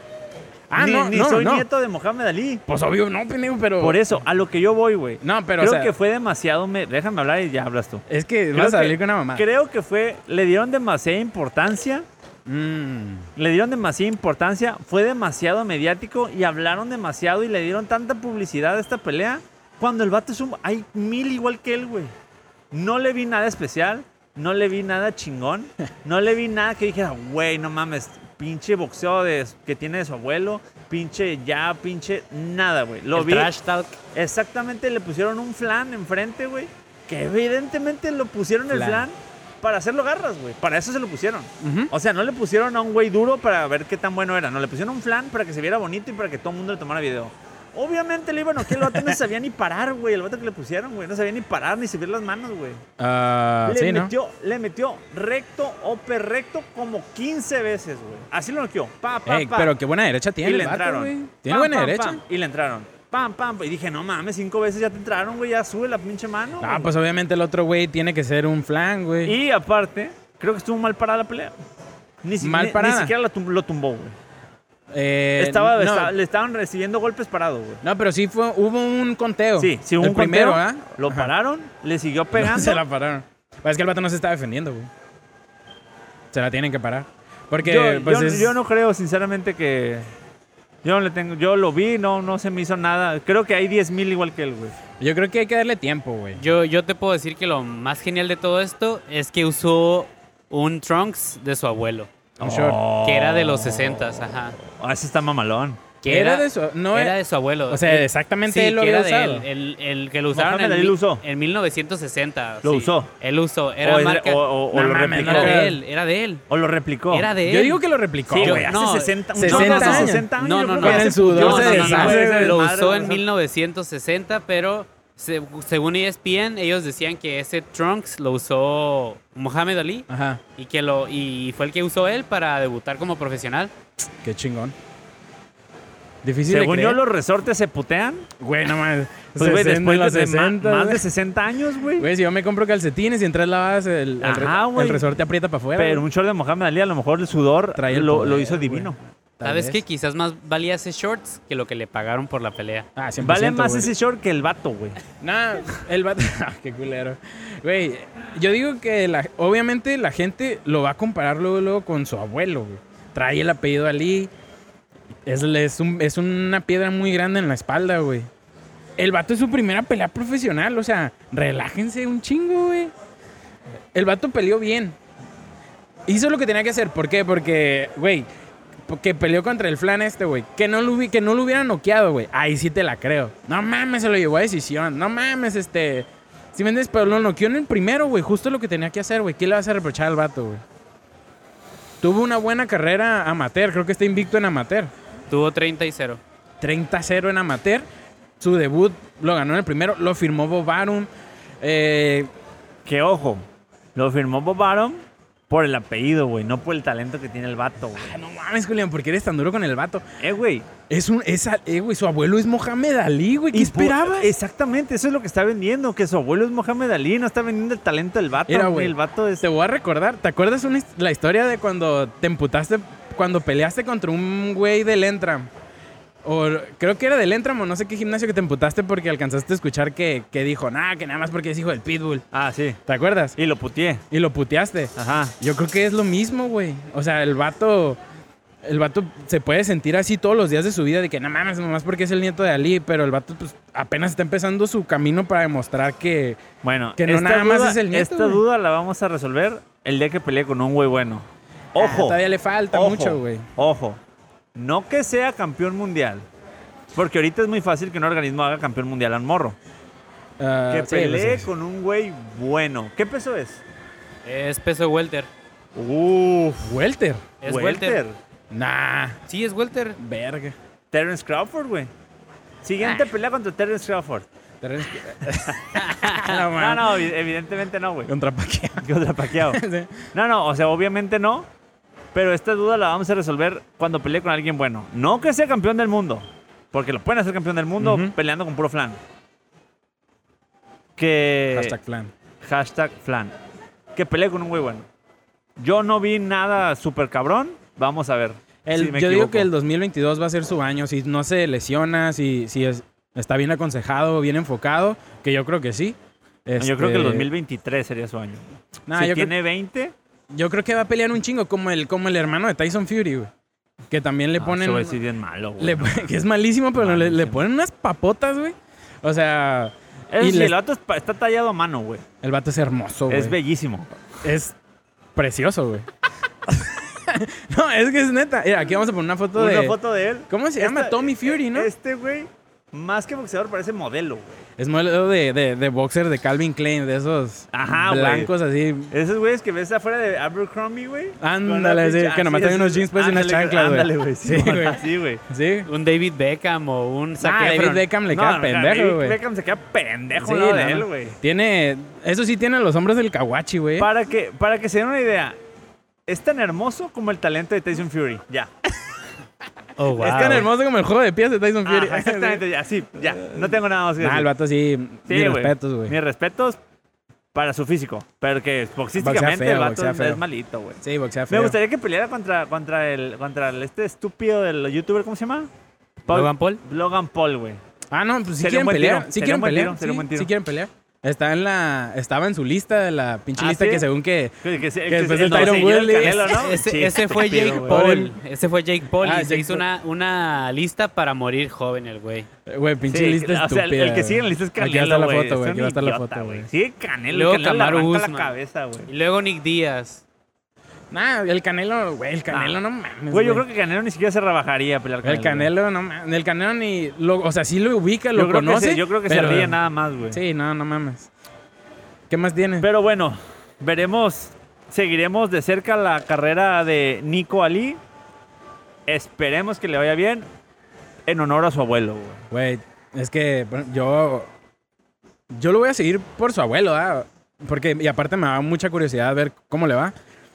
S3: Ah,
S2: ni,
S3: no,
S2: ni
S3: no,
S2: soy
S3: no.
S2: nieto de Mohamed Ali.
S3: Pues obvio, no, pendejo, pero.
S2: Por eso, a lo que yo voy, güey.
S3: No, pero, o
S2: Creo
S3: sea-
S2: que fue demasiado. me- Déjame hablar y ya hablas tú.
S3: Es que
S2: Creo
S3: vas a
S2: que-
S3: salir con una mamá.
S2: Creo que fue. Le dieron demasiada importancia.
S3: Mm.
S2: Le dieron demasiada importancia. Fue demasiado mediático y hablaron demasiado y le dieron tanta publicidad a esta pelea. Cuando el vato es un. Hay mil igual que él, güey. No le vi nada especial. No le vi nada chingón. No le vi nada que dijera, güey, no mames. pinche boxeo de, que tiene de su abuelo, pinche ya, pinche nada, güey. Lo
S4: El
S2: vi.
S4: trash talk.
S2: Exactamente, le pusieron un flan enfrente, güey. Que evidentemente lo pusieron el
S3: Flan.
S2: flan para hacerlo garras, güey. Para eso se lo pusieron.
S4: Ujú.
S2: O sea, no le pusieron a un güey duro para ver qué tan bueno era. No, le pusieron un flan para que se viera bonito y para que todo el mundo le tomara video. Obviamente le iban a que el vato no sabía ni parar, güey. El vato que le pusieron, güey. No sabía ni parar ni subir las manos, güey.
S3: Ah,
S2: le,
S3: sí, ¿no?
S2: metió, le metió recto o recto como 15 veces, güey. Así lo noqueó. Pa, pa,
S3: Ey,
S2: pa.
S3: pero qué buena derecha tiene.
S2: Y le
S3: el vato,
S2: entraron.
S3: güey. Tiene
S2: Pam,
S3: buena
S2: pam,
S3: derecha.
S2: pam, y le entraron. Pam, pam. Y dije, no mames, cinco veces ya te entraron, güey. Ya sube la pinche mano.
S3: Ah,
S2: güey.
S3: pues obviamente el otro güey tiene que ser un flan, güey.
S2: Y aparte, creo que estuvo mal parada la pelea. Ni, si-
S3: Mal
S2: ni- ni
S3: parada.
S2: siquiera la tum- lo tumbó, güey.
S3: Eh,
S2: Estaba,
S3: no,
S2: estaba- le estaban recibiendo golpes parado, güey.
S3: no, pero sí fue, hubo un conteo.
S2: Sí, sí, hubo
S3: el
S2: un
S3: primero,
S2: conteo,
S3: ¿ah?
S2: Lo
S3: Ajá.
S2: pararon, le siguió
S3: No,
S2: pegando.
S3: se la pararon. Pero Es que el vato no se está defendiendo, güey. Se la tienen que parar. Porque,
S2: yo,
S3: pues,
S2: yo-
S3: es-
S2: yo no creo, sinceramente, que. Yo no le tengo. Yo lo vi, no, no se me hizo nada. Creo que hay 10.000 igual que él, güey.
S3: yo creo que hay que darle tiempo, güey.
S4: Yo, yo te puedo decir que lo más genial de todo esto es que usó un Trunks de su abuelo,
S3: Un short.
S2: Oh.
S4: que era de los 60, ajá.
S2: Ah, ese está mamalón.
S4: Que
S3: Era de su- no
S4: era
S3: e-
S4: de su abuelo.
S3: O sea, exactamente
S4: Sí,
S3: él lo
S4: que
S3: había
S4: era de
S3: usado.
S4: él, el, el que lo usaron
S2: Mohamed
S4: en,
S2: Ali
S4: mil-
S2: lo usó.
S4: en 1960.
S2: Lo
S4: sí.
S2: usó.
S4: Él usó. Era
S2: o, es-
S4: marca-
S2: o- o- o
S3: No
S2: lo
S3: mames,
S2: replicó.
S4: era
S3: no.
S4: de él, era de él.
S2: O lo replicó.
S4: Era de él.
S3: Yo digo que lo replicó,
S2: Sí,
S4: Yo-
S2: güey,
S3: güey.
S2: hace
S4: no,
S2: 60, un
S3: 60
S2: chorro,
S3: años.
S2: 60 años. yo
S4: No, no,
S2: creo
S4: no.
S2: que
S3: Era
S2: hace-
S3: en su
S2: yo
S3: No,
S2: no
S3: se
S2: sé,
S3: no, no,
S2: madre,
S3: deshace.
S2: madre,
S4: Lo
S2: madre,
S4: usó en
S2: madre.
S4: 1960, pero se- según E ESPN, ellos decían que ese Trunks lo usó Mohamed Ali
S3: Ajá,
S4: y que lo y fue el que usó él para debutar como profesional.
S3: qué chingón. Difícil
S2: Según
S3: de
S2: yo,
S3: creer.
S2: los resortes se putean.
S3: Güey, no mames.
S2: Pues, güey,
S3: 60,
S2: después
S3: los
S2: de ma-
S3: 60,
S2: más de
S3: güey.
S2: 60 años, güey.
S3: Güey, si yo me compro calcetines y en tres lavadas el, el, re-
S2: Ajá, güey.
S3: el resorte aprieta para afuera.
S2: Pero
S3: güey.
S2: un short de Mohamed Ali, a lo mejor el sudor
S3: Trae el
S2: lo, lo
S3: poder,
S2: hizo
S3: güey.
S2: divino.
S3: Tal
S4: ¿Sabes
S3: vez.
S4: qué? Quizás más valía ese shorts que lo que le pagaron por la pelea.
S3: Ah, 100%,
S2: Vale más
S3: güey.
S2: ese short que el vato, güey.
S3: Nah, el vato. Ah, qué culero. Güey, yo digo que la- obviamente la gente lo va a comparar luego, luego con su abuelo, güey. Trae el apellido Ali. Es, es, un- es una piedra muy grande en la espalda, güey. El vato es su primera pelea profesional, o sea, relájense un chingo, güey. El vato peleó bien. Hizo lo que tenía que hacer. ¿Por qué? Porque, güey, que peleó contra el flan este, güey. Que no lo, hubi- que no lo hubiera noqueado, güey. Ahí sí te la creo. No mames, se lo llevó a decisión. No mames, este. Si me entiendes, pero lo noqueó en el primero, güey. Justo lo que tenía que hacer, güey. ¿Qué le vas a reprochar al vato, güey? Tuvo una buena carrera amateur. Creo que está invicto en amateur.
S4: Tuvo 30 y 0.
S3: 30-0 en amateur. Su debut lo ganó en el primero. Lo firmó Bob Arum. Eh,
S2: Que ojo, lo firmó Bob Arum por el apellido, güey, no por el talento que tiene el vato, güey.
S3: ah, no mames, Julián, ¿por qué eres tan duro con el vato?
S2: Eh, güey.
S3: Es un. Es, a- eh, güey, su abuelo es Mohamed Ali, güey. ¿Qué
S2: y por-
S3: esperaba?
S2: Exactamente, eso es lo que está vendiendo, que su abuelo es Mohamed Ali, no está vendiendo el talento del vato.
S3: Mira,
S2: ni
S3: güey.
S2: el vato este- es...
S3: Te voy a recordar, ¿te acuerdas una his- la historia de cuando te emputaste, cuando peleaste contra un güey del Entram? O creo que era del Entram o no sé qué gimnasio que te emputaste porque alcanzaste a escuchar que, que dijo, nada, que nada más porque es hijo del Pitbull.
S2: Ah, sí.
S3: ¿Te acuerdas?
S2: Y lo putié.
S3: Y lo puteaste.
S2: Ajá.
S3: Yo creo que es lo mismo, güey. O sea, el vato. El vato se puede sentir así todos los días de su vida, de que no mames, nomás porque es el nieto de Ali, pero el vato pues, apenas está empezando su camino para demostrar que.
S2: Bueno,
S3: Que no
S2: esta
S3: nada más
S2: duda-
S3: es el nieto,
S2: Esta
S3: güey.
S2: duda la vamos a resolver el día que peleé con un güey bueno.
S3: ah,
S2: Ojo.
S3: todavía le falta
S2: ojo,
S3: mucho, güey.
S2: Ojo. No que sea campeón mundial. Porque ahorita es muy fácil que un organismo haga campeón mundial al morro.
S3: Ah,
S2: que
S3: sí,
S2: pelee
S3: pues, sí.
S2: con un güey bueno. ¿Qué peso es?
S4: Es peso welter.
S2: Uf.
S3: Welter.
S4: Es welter.
S2: Welter.
S3: Nah,
S4: Sí, es welter.
S3: verga.
S2: Terence Crawford, güey.
S3: Ah.
S2: Siguiente pelea contra Terence Crawford.
S3: Terence- no,
S2: No,
S3: man.
S2: no, evi- evidentemente no, güey.
S3: Contra Pacquiao.
S2: Contra Pacquiao.
S3: Sí.
S2: No, no, o sea, obviamente no. Pero esta duda la vamos a resolver cuando pelee con alguien bueno. No que sea campeón del mundo. Porque lo pueden hacer campeón del mundo
S3: Ujú.
S2: peleando con puro flan. Que.
S3: Hashtag plan.
S2: Hashtag flan. Que pelee con un güey bueno. Yo no vi nada súper cabrón. Vamos a ver.
S3: El-
S2: si me
S3: yo digo
S2: equivoco.
S3: que el 2022 va a ser su año. Si no se lesiona, si, si es, está bien aconsejado, bien enfocado, que yo creo que sí.
S2: No, Yo creo que el
S3: Este,
S2: 2023 sería su año.
S3: nah,
S2: si
S3: yo,
S2: tiene 20,
S3: creo, yo creo que va a pelear un chingo, como el, como el hermano de Tyson Fury, güey. Que también le
S2: ah,
S3: ponen.
S2: eso es bien malo, güey.
S3: le
S2: no.
S3: pon- que es malísimo, pero le- Le,
S2: Malísimo.
S3: ponen unas papotas, güey. O sea.
S2: Eso
S3: y
S2: sí,
S3: le-
S2: el vato es pa- está tallado a mano, güey.
S3: el vato es hermoso, güey.
S2: Es bellísimo.
S3: es precioso, güey. No, es que es neta. Mira, aquí vamos a poner una foto de.
S2: Una foto de él.
S3: ¿Cómo se llama? Tommy Fury, ¿no?
S2: Este güey, más que boxeador, parece modelo, güey.
S3: Es modelo de, de, de boxer de Calvin Klein, de esos
S2: Ajá, güey.
S3: blancos así.
S2: Esos güeyes que ves afuera de Abercrombie, güey. con
S3: Ándale,
S2: una
S3: sí,
S2: pinche-
S3: que nomás
S2: así,
S3: trae unos
S2: así,
S3: jeans, pues, y unas
S2: ándale,
S3: chanclas, güey.
S2: Ándale, güey.
S3: Sí,
S2: Sí,
S3: güey.
S2: güey. Sí, güey.
S3: Sí.
S4: Un David Beckham o un Zac
S3: Ah, David
S4: Efron.
S3: Beckham le
S2: No,
S3: queda
S2: no,
S3: pendejo,
S2: David
S3: güey.
S2: Beckham se queda pendejo
S3: Sí,
S2: al lado
S3: no,
S2: de él,
S3: no.
S2: güey.
S3: Tiene. Eso sí tiene los hombros del kawachi, güey.
S2: Para que, para que se den una idea, es tan hermoso como el talento de Tyson Fury. Ya.
S4: Oh, wow.
S3: Es tan hermoso como el juego de pies de Tyson Fury.
S2: Ah, Ajá, exactamente, ya, sí, ya. No tengo nada más que
S3: Nah, el
S2: decir.
S3: vato sí.
S2: Sí,
S3: mis respetos, güey.
S2: Mis respetos para su físico. Pero que
S3: Boxea
S2: boxísticamente
S3: feo,
S2: el vato
S3: boxea feo.
S2: es malito, güey.
S3: Sí, boxea
S2: Me
S3: feo.
S2: gustaría que peleara contra, contra, el, contra el- este estúpido del youtuber, ¿cómo se llama?
S4: ¿Logan Paul?
S2: Logan Paul, güey.
S3: Ah, no, pues si
S2: Sería un
S3: quieren
S2: buen
S3: pelear.
S2: tiro,
S3: Si
S2: sería
S3: quieren
S2: un buen
S3: pelear.
S2: tiro, sería un buen
S3: sí,
S2: tiro.
S3: sí quieren pelear. Está en la, estaba en su lista, de la pinche
S2: ¿Ah,
S3: lista
S2: sí?
S3: que según que.
S2: Que, que- que-
S3: después
S2: que-
S3: el
S2: no,
S3: Tyron
S2: sí, yo el
S3: Woodley.
S2: Canelo, ¿no?
S4: Ese,
S2: Sí,
S4: ese fue
S2: estúpido,
S4: Jake
S2: güey.
S4: Paul. Ese fue Jake Paul
S3: Ah,
S4: y se
S3: Jake
S4: hizo
S3: Paul.
S4: una, una lista para morir joven el güey.
S3: Eh, Güey, pinche
S2: Sí,
S3: lista
S2: o sea,
S3: estúpida.
S2: el- el que sigue en la lista es Canelo,
S3: Aquí va a estar la
S2: güey.
S3: foto, güey.
S2: Es
S3: Aquí
S2: un
S3: va a estar la
S2: idiota,
S3: foto, güey.
S2: Sigue Canelo,
S4: Luego
S2: Canelo le
S4: Kamaru
S2: arranca la
S4: Usman.
S2: cabeza, güey.
S4: Y luego Nick Díaz.
S3: Nah, el Canelo, güey, el Canelo no mames.
S2: Güey, yo creo que Canelo ni siquiera se rebajaría a pelear con
S3: El
S2: él,
S3: Canelo no mames. El Canelo ni. lo- o sea, sí lo ubica,
S2: güey.
S3: lo
S2: yo creo
S3: conoce.
S2: Que se, yo creo que
S3: pero-
S2: se ríe nada más, güey.
S3: Sí, no, no mames. ¿Qué más tiene?
S2: Pero bueno, veremos, seguiremos de cerca la carrera de Nico Ali. Esperemos que le vaya bien en honor a su abuelo, güey.
S3: Güey, es que bueno, yo. Yo lo voy a seguir por su abuelo, ¿ah? Porque, y aparte me da mucha curiosidad ver cómo le va.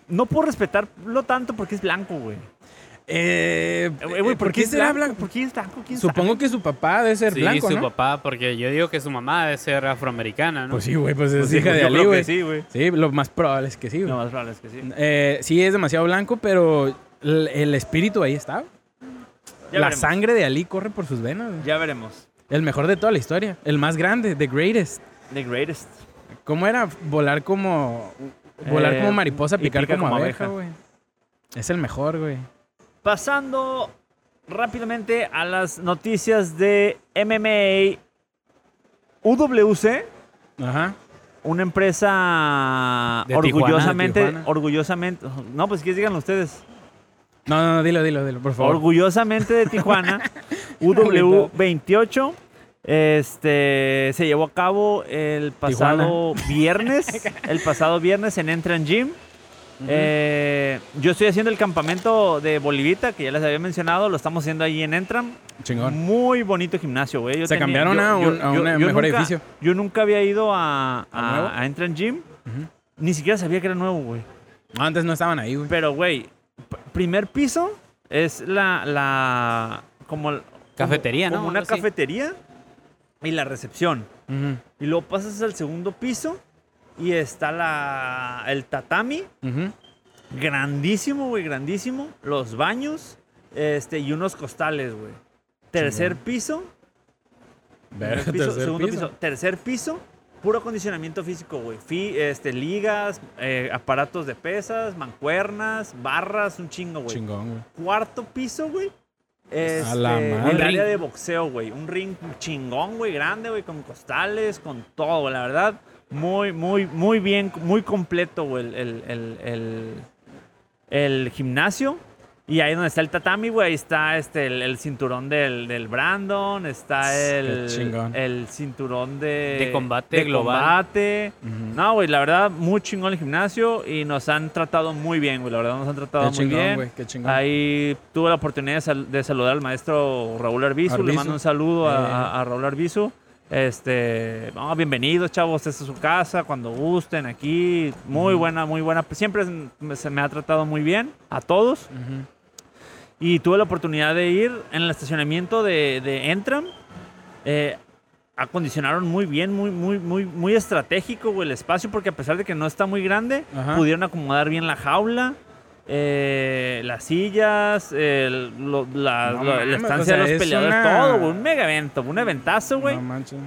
S2: No puedo respetarlo tanto porque es blanco, güey.
S3: Eh,
S2: Eh, güey, ¿por, qué es
S3: será
S2: blanco? ¿Por qué es blanco? ¿Quién sabe?
S3: Supongo que su papá debe ser
S4: Sí,
S3: blanco,
S4: su
S3: ¿no?
S4: papá, porque yo digo que su mamá debe ser afroamericana, ¿no?
S3: Pues sí, güey, pues es
S2: Pues sí,
S3: hija de
S2: yo
S3: Ali,
S2: creo que
S3: güey. Sí.
S2: Sí, güey.
S3: lo más probable es que sí, güey.
S2: Lo más probable es que sí.
S3: Eh, sí, es demasiado blanco, pero el, el espíritu ahí está.
S2: Ya
S3: la
S2: veremos.
S3: sangre de Ali corre por sus venas. güey.
S2: Ya veremos.
S3: El mejor de toda la historia. El más grande, the greatest.
S2: The greatest.
S3: ¿Cómo era volar como. Volar
S2: Eh,
S3: como mariposa,
S2: y
S3: picar
S2: pica
S3: como,
S2: como
S3: abeja,
S2: abeja.
S3: güey. Es el mejor, güey.
S2: Pasando rápidamente a las noticias de MMA UWC.
S3: Ajá.
S2: una empresa
S4: De
S2: orgullosamente,
S3: Tijuana, de Tijuana.
S2: orgullosamente, no, pues que digan ustedes,
S3: No, no, no, dilo, dilo, dilo, por favor.
S2: orgullosamente de Tijuana, UW28, este, se llevó a cabo el pasado viernes, el pasado viernes en Entran Gym. Eh, yo estoy haciendo el campamento de Bolivita, que ya les había mencionado, lo estamos haciendo ahí en Entram.
S3: Chingón.
S2: Muy bonito gimnasio, güey. Yo
S3: Se cambiaron a un- a un mejor
S2: nunca-
S3: edificio.
S2: Yo nunca había ido a,
S3: ¿A nuevo?
S2: a, a Entran Gym.
S3: Ujú.
S2: Ni siquiera sabía que era nuevo, güey.
S3: Antes no estaban ahí, güey.
S2: Pero, güey, p- primer piso es la. la como el-
S4: Cafetería,
S2: como
S4: ¿no?
S2: una
S4: Algo así.
S2: cafetería y la recepción.
S3: Ujú,
S2: Y luego pasas al segundo piso y está la, el tatami.
S3: ujú.
S2: Grandísimo, güey, grandísimo. Los baños este, y unos costales, güey. Tercer piso.
S3: Verga,
S2: Primer piso,
S3: tercer
S2: segundo
S3: piso.
S2: piso. Tercer piso, puro acondicionamiento físico, güey. Fi- este, ligas, eh, aparatos de pesas, mancuernas, barras, un chingo, güey.
S3: Chingón, güey.
S2: Cuarto piso, güey. Este,
S3: la madre.
S2: El área
S4: Ring.
S2: de boxeo, güey. Un ring chingón, güey, grande, güey, con costales, con todo, güey. la verdad. Muy, muy, muy bien, muy completo, güey, el, el- el- el- el gimnasio. Y ahí donde está el tatami, güey, ahí está este, el, el cinturón del, del Brandon, está
S3: Qué
S2: el,
S3: chingón.
S2: el cinturón de,
S4: De combate
S2: de
S4: global.
S2: combate.
S3: Ujú.
S2: No, güey, la verdad, muy chingón el gimnasio y nos han tratado muy bien, güey, la verdad, nos han tratado
S3: Qué
S2: muy
S3: chingón,
S2: bien.
S3: güey. Qué chingón.
S2: Ahí tuve la oportunidad de, sal- de saludar al maestro Raúl Arbizu. Le
S3: Arbizu.
S2: mando un saludo a-
S3: Eh.
S2: a, a Raúl Arbizu. Este, no, bienvenidos, chavos. Esta es su casa. Cuando gusten, aquí. Muy buena, muy buena. Siempre es- me- se me ha tratado muy bien a todos.
S3: Ujú.
S2: Y tuve la oportunidad de ir en el estacionamiento de, de Entram. Eh, acondicionaron muy bien, muy, muy, muy, muy estratégico güey, el espacio, porque a pesar de que no está muy grande,
S3: Ajá.
S2: pudieron acomodar bien la jaula. eh, las sillas, el- lo- la,
S3: No
S2: la- la
S3: mames,
S2: estancia
S3: o sea,
S2: de
S3: es
S2: los peleadores,
S3: una-
S2: todo, güey, un mega evento, un eventazo, güey.
S3: No manches.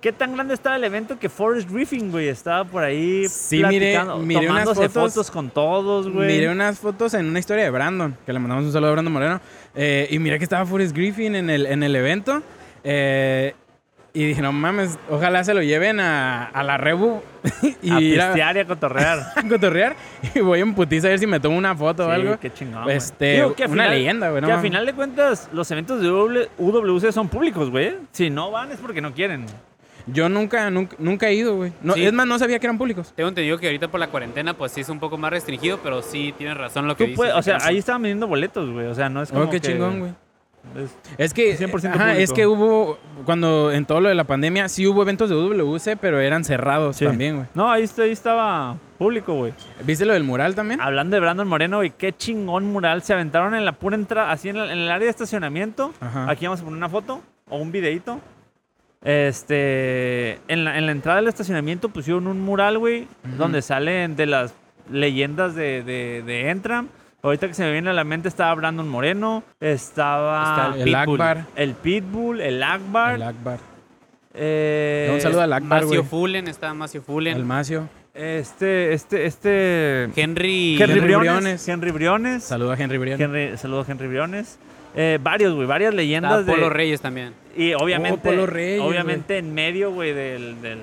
S2: ¿Qué tan grande estaba el evento que Forrest Griffin, güey, estaba por ahí
S3: Sí, miré-
S2: platicando,
S3: miré unas
S2: tomándose
S3: fotos-
S2: fotos, con todos, güey?
S3: Miré unas fotos en una historia de Brandon, que le mandamos un saludo a Brandon Moreno. eh, y miré que estaba Forrest Griffin en el, en el evento. eh, Y dije, no mames, ojalá se lo lleven a, a la Rebu y
S2: a
S3: ir
S2: pistear y a cotorrear.
S3: a cotorrear. Y voy en putiza a ver si me tomo una foto o
S2: Sí,
S3: algo.
S2: Qué chingón. güey.
S3: Este,
S2: Digo, que a
S3: una
S2: final-
S3: leyenda, güey. no
S2: que a
S3: mames.
S2: final de cuentas, los eventos de W UWC son públicos, güey. Si no van es porque no quieren.
S3: Yo nunca, nunca, nunca he ido, güey. No,
S4: Sí.
S3: Es más, no sabía que eran públicos.
S4: Tengo entendido que ahorita por la cuarentena, pues sí es un poco más restringido, pero sí tienes razón lo que
S2: Tú
S4: dices.
S2: puedes- o sea,
S4: Ricardo.
S2: ahí estaban vendiendo boletos, güey. O sea, no es como
S3: Oh, qué
S2: que-
S3: chingón, güey.
S2: es-
S3: Es que,
S2: 100%
S3: ajá, es
S2: público.
S3: que hubo, cuando en todo lo de la pandemia, sí hubo eventos de WC, pero eran cerrados
S2: sí.
S3: también, güey.
S2: No, ahí, está- ahí estaba público, güey.
S3: ¿Viste lo del mural también?
S2: Hablando de Brandon Moreno, güey, qué chingón mural. Se aventaron en la pura entrada, así en, la- en el área de estacionamiento.
S3: Ajá.
S2: Aquí vamos a poner una foto o un videito. Este, en la, en la entrada del estacionamiento pusieron un mural, güey, donde salen de las leyendas de, de, de Entram. Ahorita que se me viene a la mente estaba Brandon Moreno, estaba
S4: Está
S3: el
S4: Pitbull.
S3: Akbar.
S2: el Ah, Pitbull, el Akbar.
S3: El Akbar.
S2: eh,
S3: Un saludo al Akbar, güey.
S4: Macio Fulen, está Macio
S3: El
S4: Fulen.
S3: Macio.
S2: Este, este, este.
S4: Henry.
S2: Henry,
S3: Henry
S2: Briones,
S3: Briones.
S2: Henry Briones.
S3: Saludo a Henry Brian.
S2: Henry, saludos Henry Briones. Eh, varios, güey, varias
S4: está
S2: leyendas
S4: Polo
S2: de
S4: Reyes también.
S2: y obviamente
S3: Ah, Oh, Polo Reyes,
S2: obviamente en medio, güey, del, del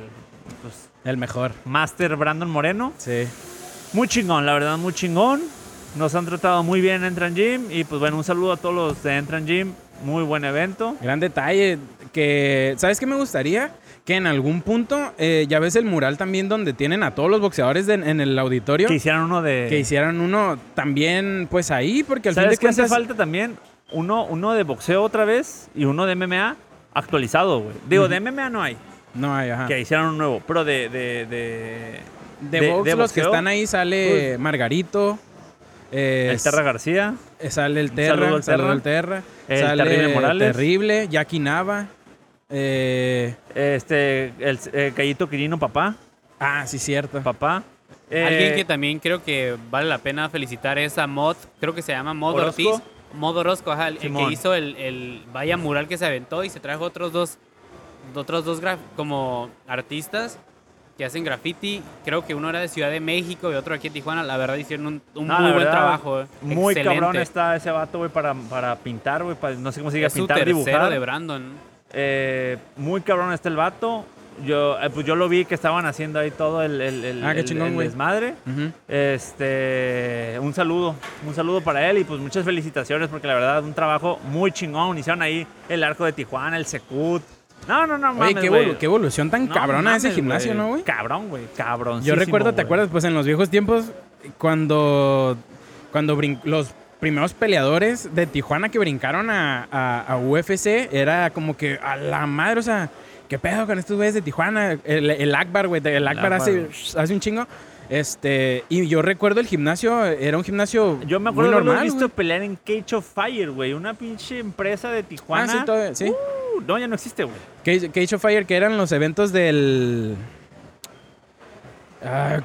S2: pues,
S3: El mejor.
S2: Master Brandon Moreno.
S3: Sí.
S2: Muy chingón, la verdad, muy chingón. Nos han tratado muy bien en Entran Gym y pues bueno, un saludo a todos los de Entran Gym. Muy buen evento.
S3: Gran detalle. Que, ¿Sabes qué me gustaría? Que en algún punto, eh, ya ves el mural también donde tienen a todos los boxeadores de- en el auditorio.
S2: Que hicieron uno de
S3: Que hicieran uno también, pues ahí, porque al fin
S2: ¿Sabes
S3: de
S2: qué hace
S3: cuentas.
S2: falta también? Uno uno de boxeo otra vez y uno de MMA actualizado, güey. Digo, de MMA no hay.
S3: No, hay, ajá.
S2: Que hicieron un nuevo, pero de de de
S3: Ah. De, box, los
S2: boxeo,
S3: que
S2: pues,
S3: están ahí sale Margarito. eh,
S2: El Terra García.
S3: eh, Sale el
S2: saludo
S3: Terra.
S2: al
S3: Saludo
S2: Terra.
S3: al Terra.
S2: El
S3: sale
S2: Terrible Morales.
S3: Terrible. Jackie Nava. eh,
S2: Este, el eh, Cayito Quirino, papá.
S3: ah, sí, cierto.
S2: Papá. Eh,
S4: Alguien que también creo que vale la pena felicitar es a Mod, creo que se llama Mod
S2: ¿Orozco?
S4: Ortiz. Mod Orozco, ajá, el, el que
S2: Simón.
S4: hizo el, el vaya mural que se aventó y se trajo otros dos, otros dos graf- como artistas que hacen graffiti. Creo que uno era de Ciudad de México y otro aquí en Tijuana. La verdad hicieron un, un
S2: no, la
S4: muy buen
S2: verdad,
S4: trabajo. eh.
S2: Muy
S4: Excelente.
S2: cabrón este está ese vato, güey, para, para pintar, güey. para- No sé cómo se diga,
S4: Es su
S2: pintar,
S4: tercero
S2: dibujar.
S4: de Brandon.
S2: Eh, muy cabrón está el vato. Yo, eh, pues yo lo vi que estaban haciendo ahí todo el, el, el-
S3: Ah, qué
S2: el-
S3: chingón,
S2: el
S3: güey.
S2: desmadre.
S3: Ujú.
S2: Este, un saludo, un saludo para él y pues muchas felicitaciones porque la verdad un trabajo muy chingón. Hicieron ahí el arco de Tijuana, el Secut. No, no, no,
S3: Oye,
S2: mames,
S3: qué,
S2: güey.
S3: evolu- qué evolución tan
S2: No
S3: cabrona ese
S2: mames,
S3: gimnasio, ¿no, güey?
S2: Cabrón, güey. Cabrón.
S3: Yo recuerdo, ¿te acuerdas? Pues en los viejos tiempos, cuando, cuando brin- los primeros peleadores de Tijuana que brincaron a, a- a UFC, era como que a la madre, o sea, ¿qué pedo con estos güeyes de Tijuana? El, el Akbar, güey, el Akbar
S2: Akbar,
S3: hace,
S2: güey.
S3: hace un chingo. Este, y yo recuerdo el gimnasio, era un gimnasio
S2: Yo me acuerdo de
S3: muy
S2: haberlo
S3: normal,
S2: visto
S3: güey.
S2: pelear en Cage of Fire, güey. Una pinche empresa de
S3: Ah,
S2: Tijuana.
S3: sí, todavía, sí.
S2: Uh, no, ya no existe, güey.
S3: Cage, Cage of Fire, que eran los eventos del. Ah,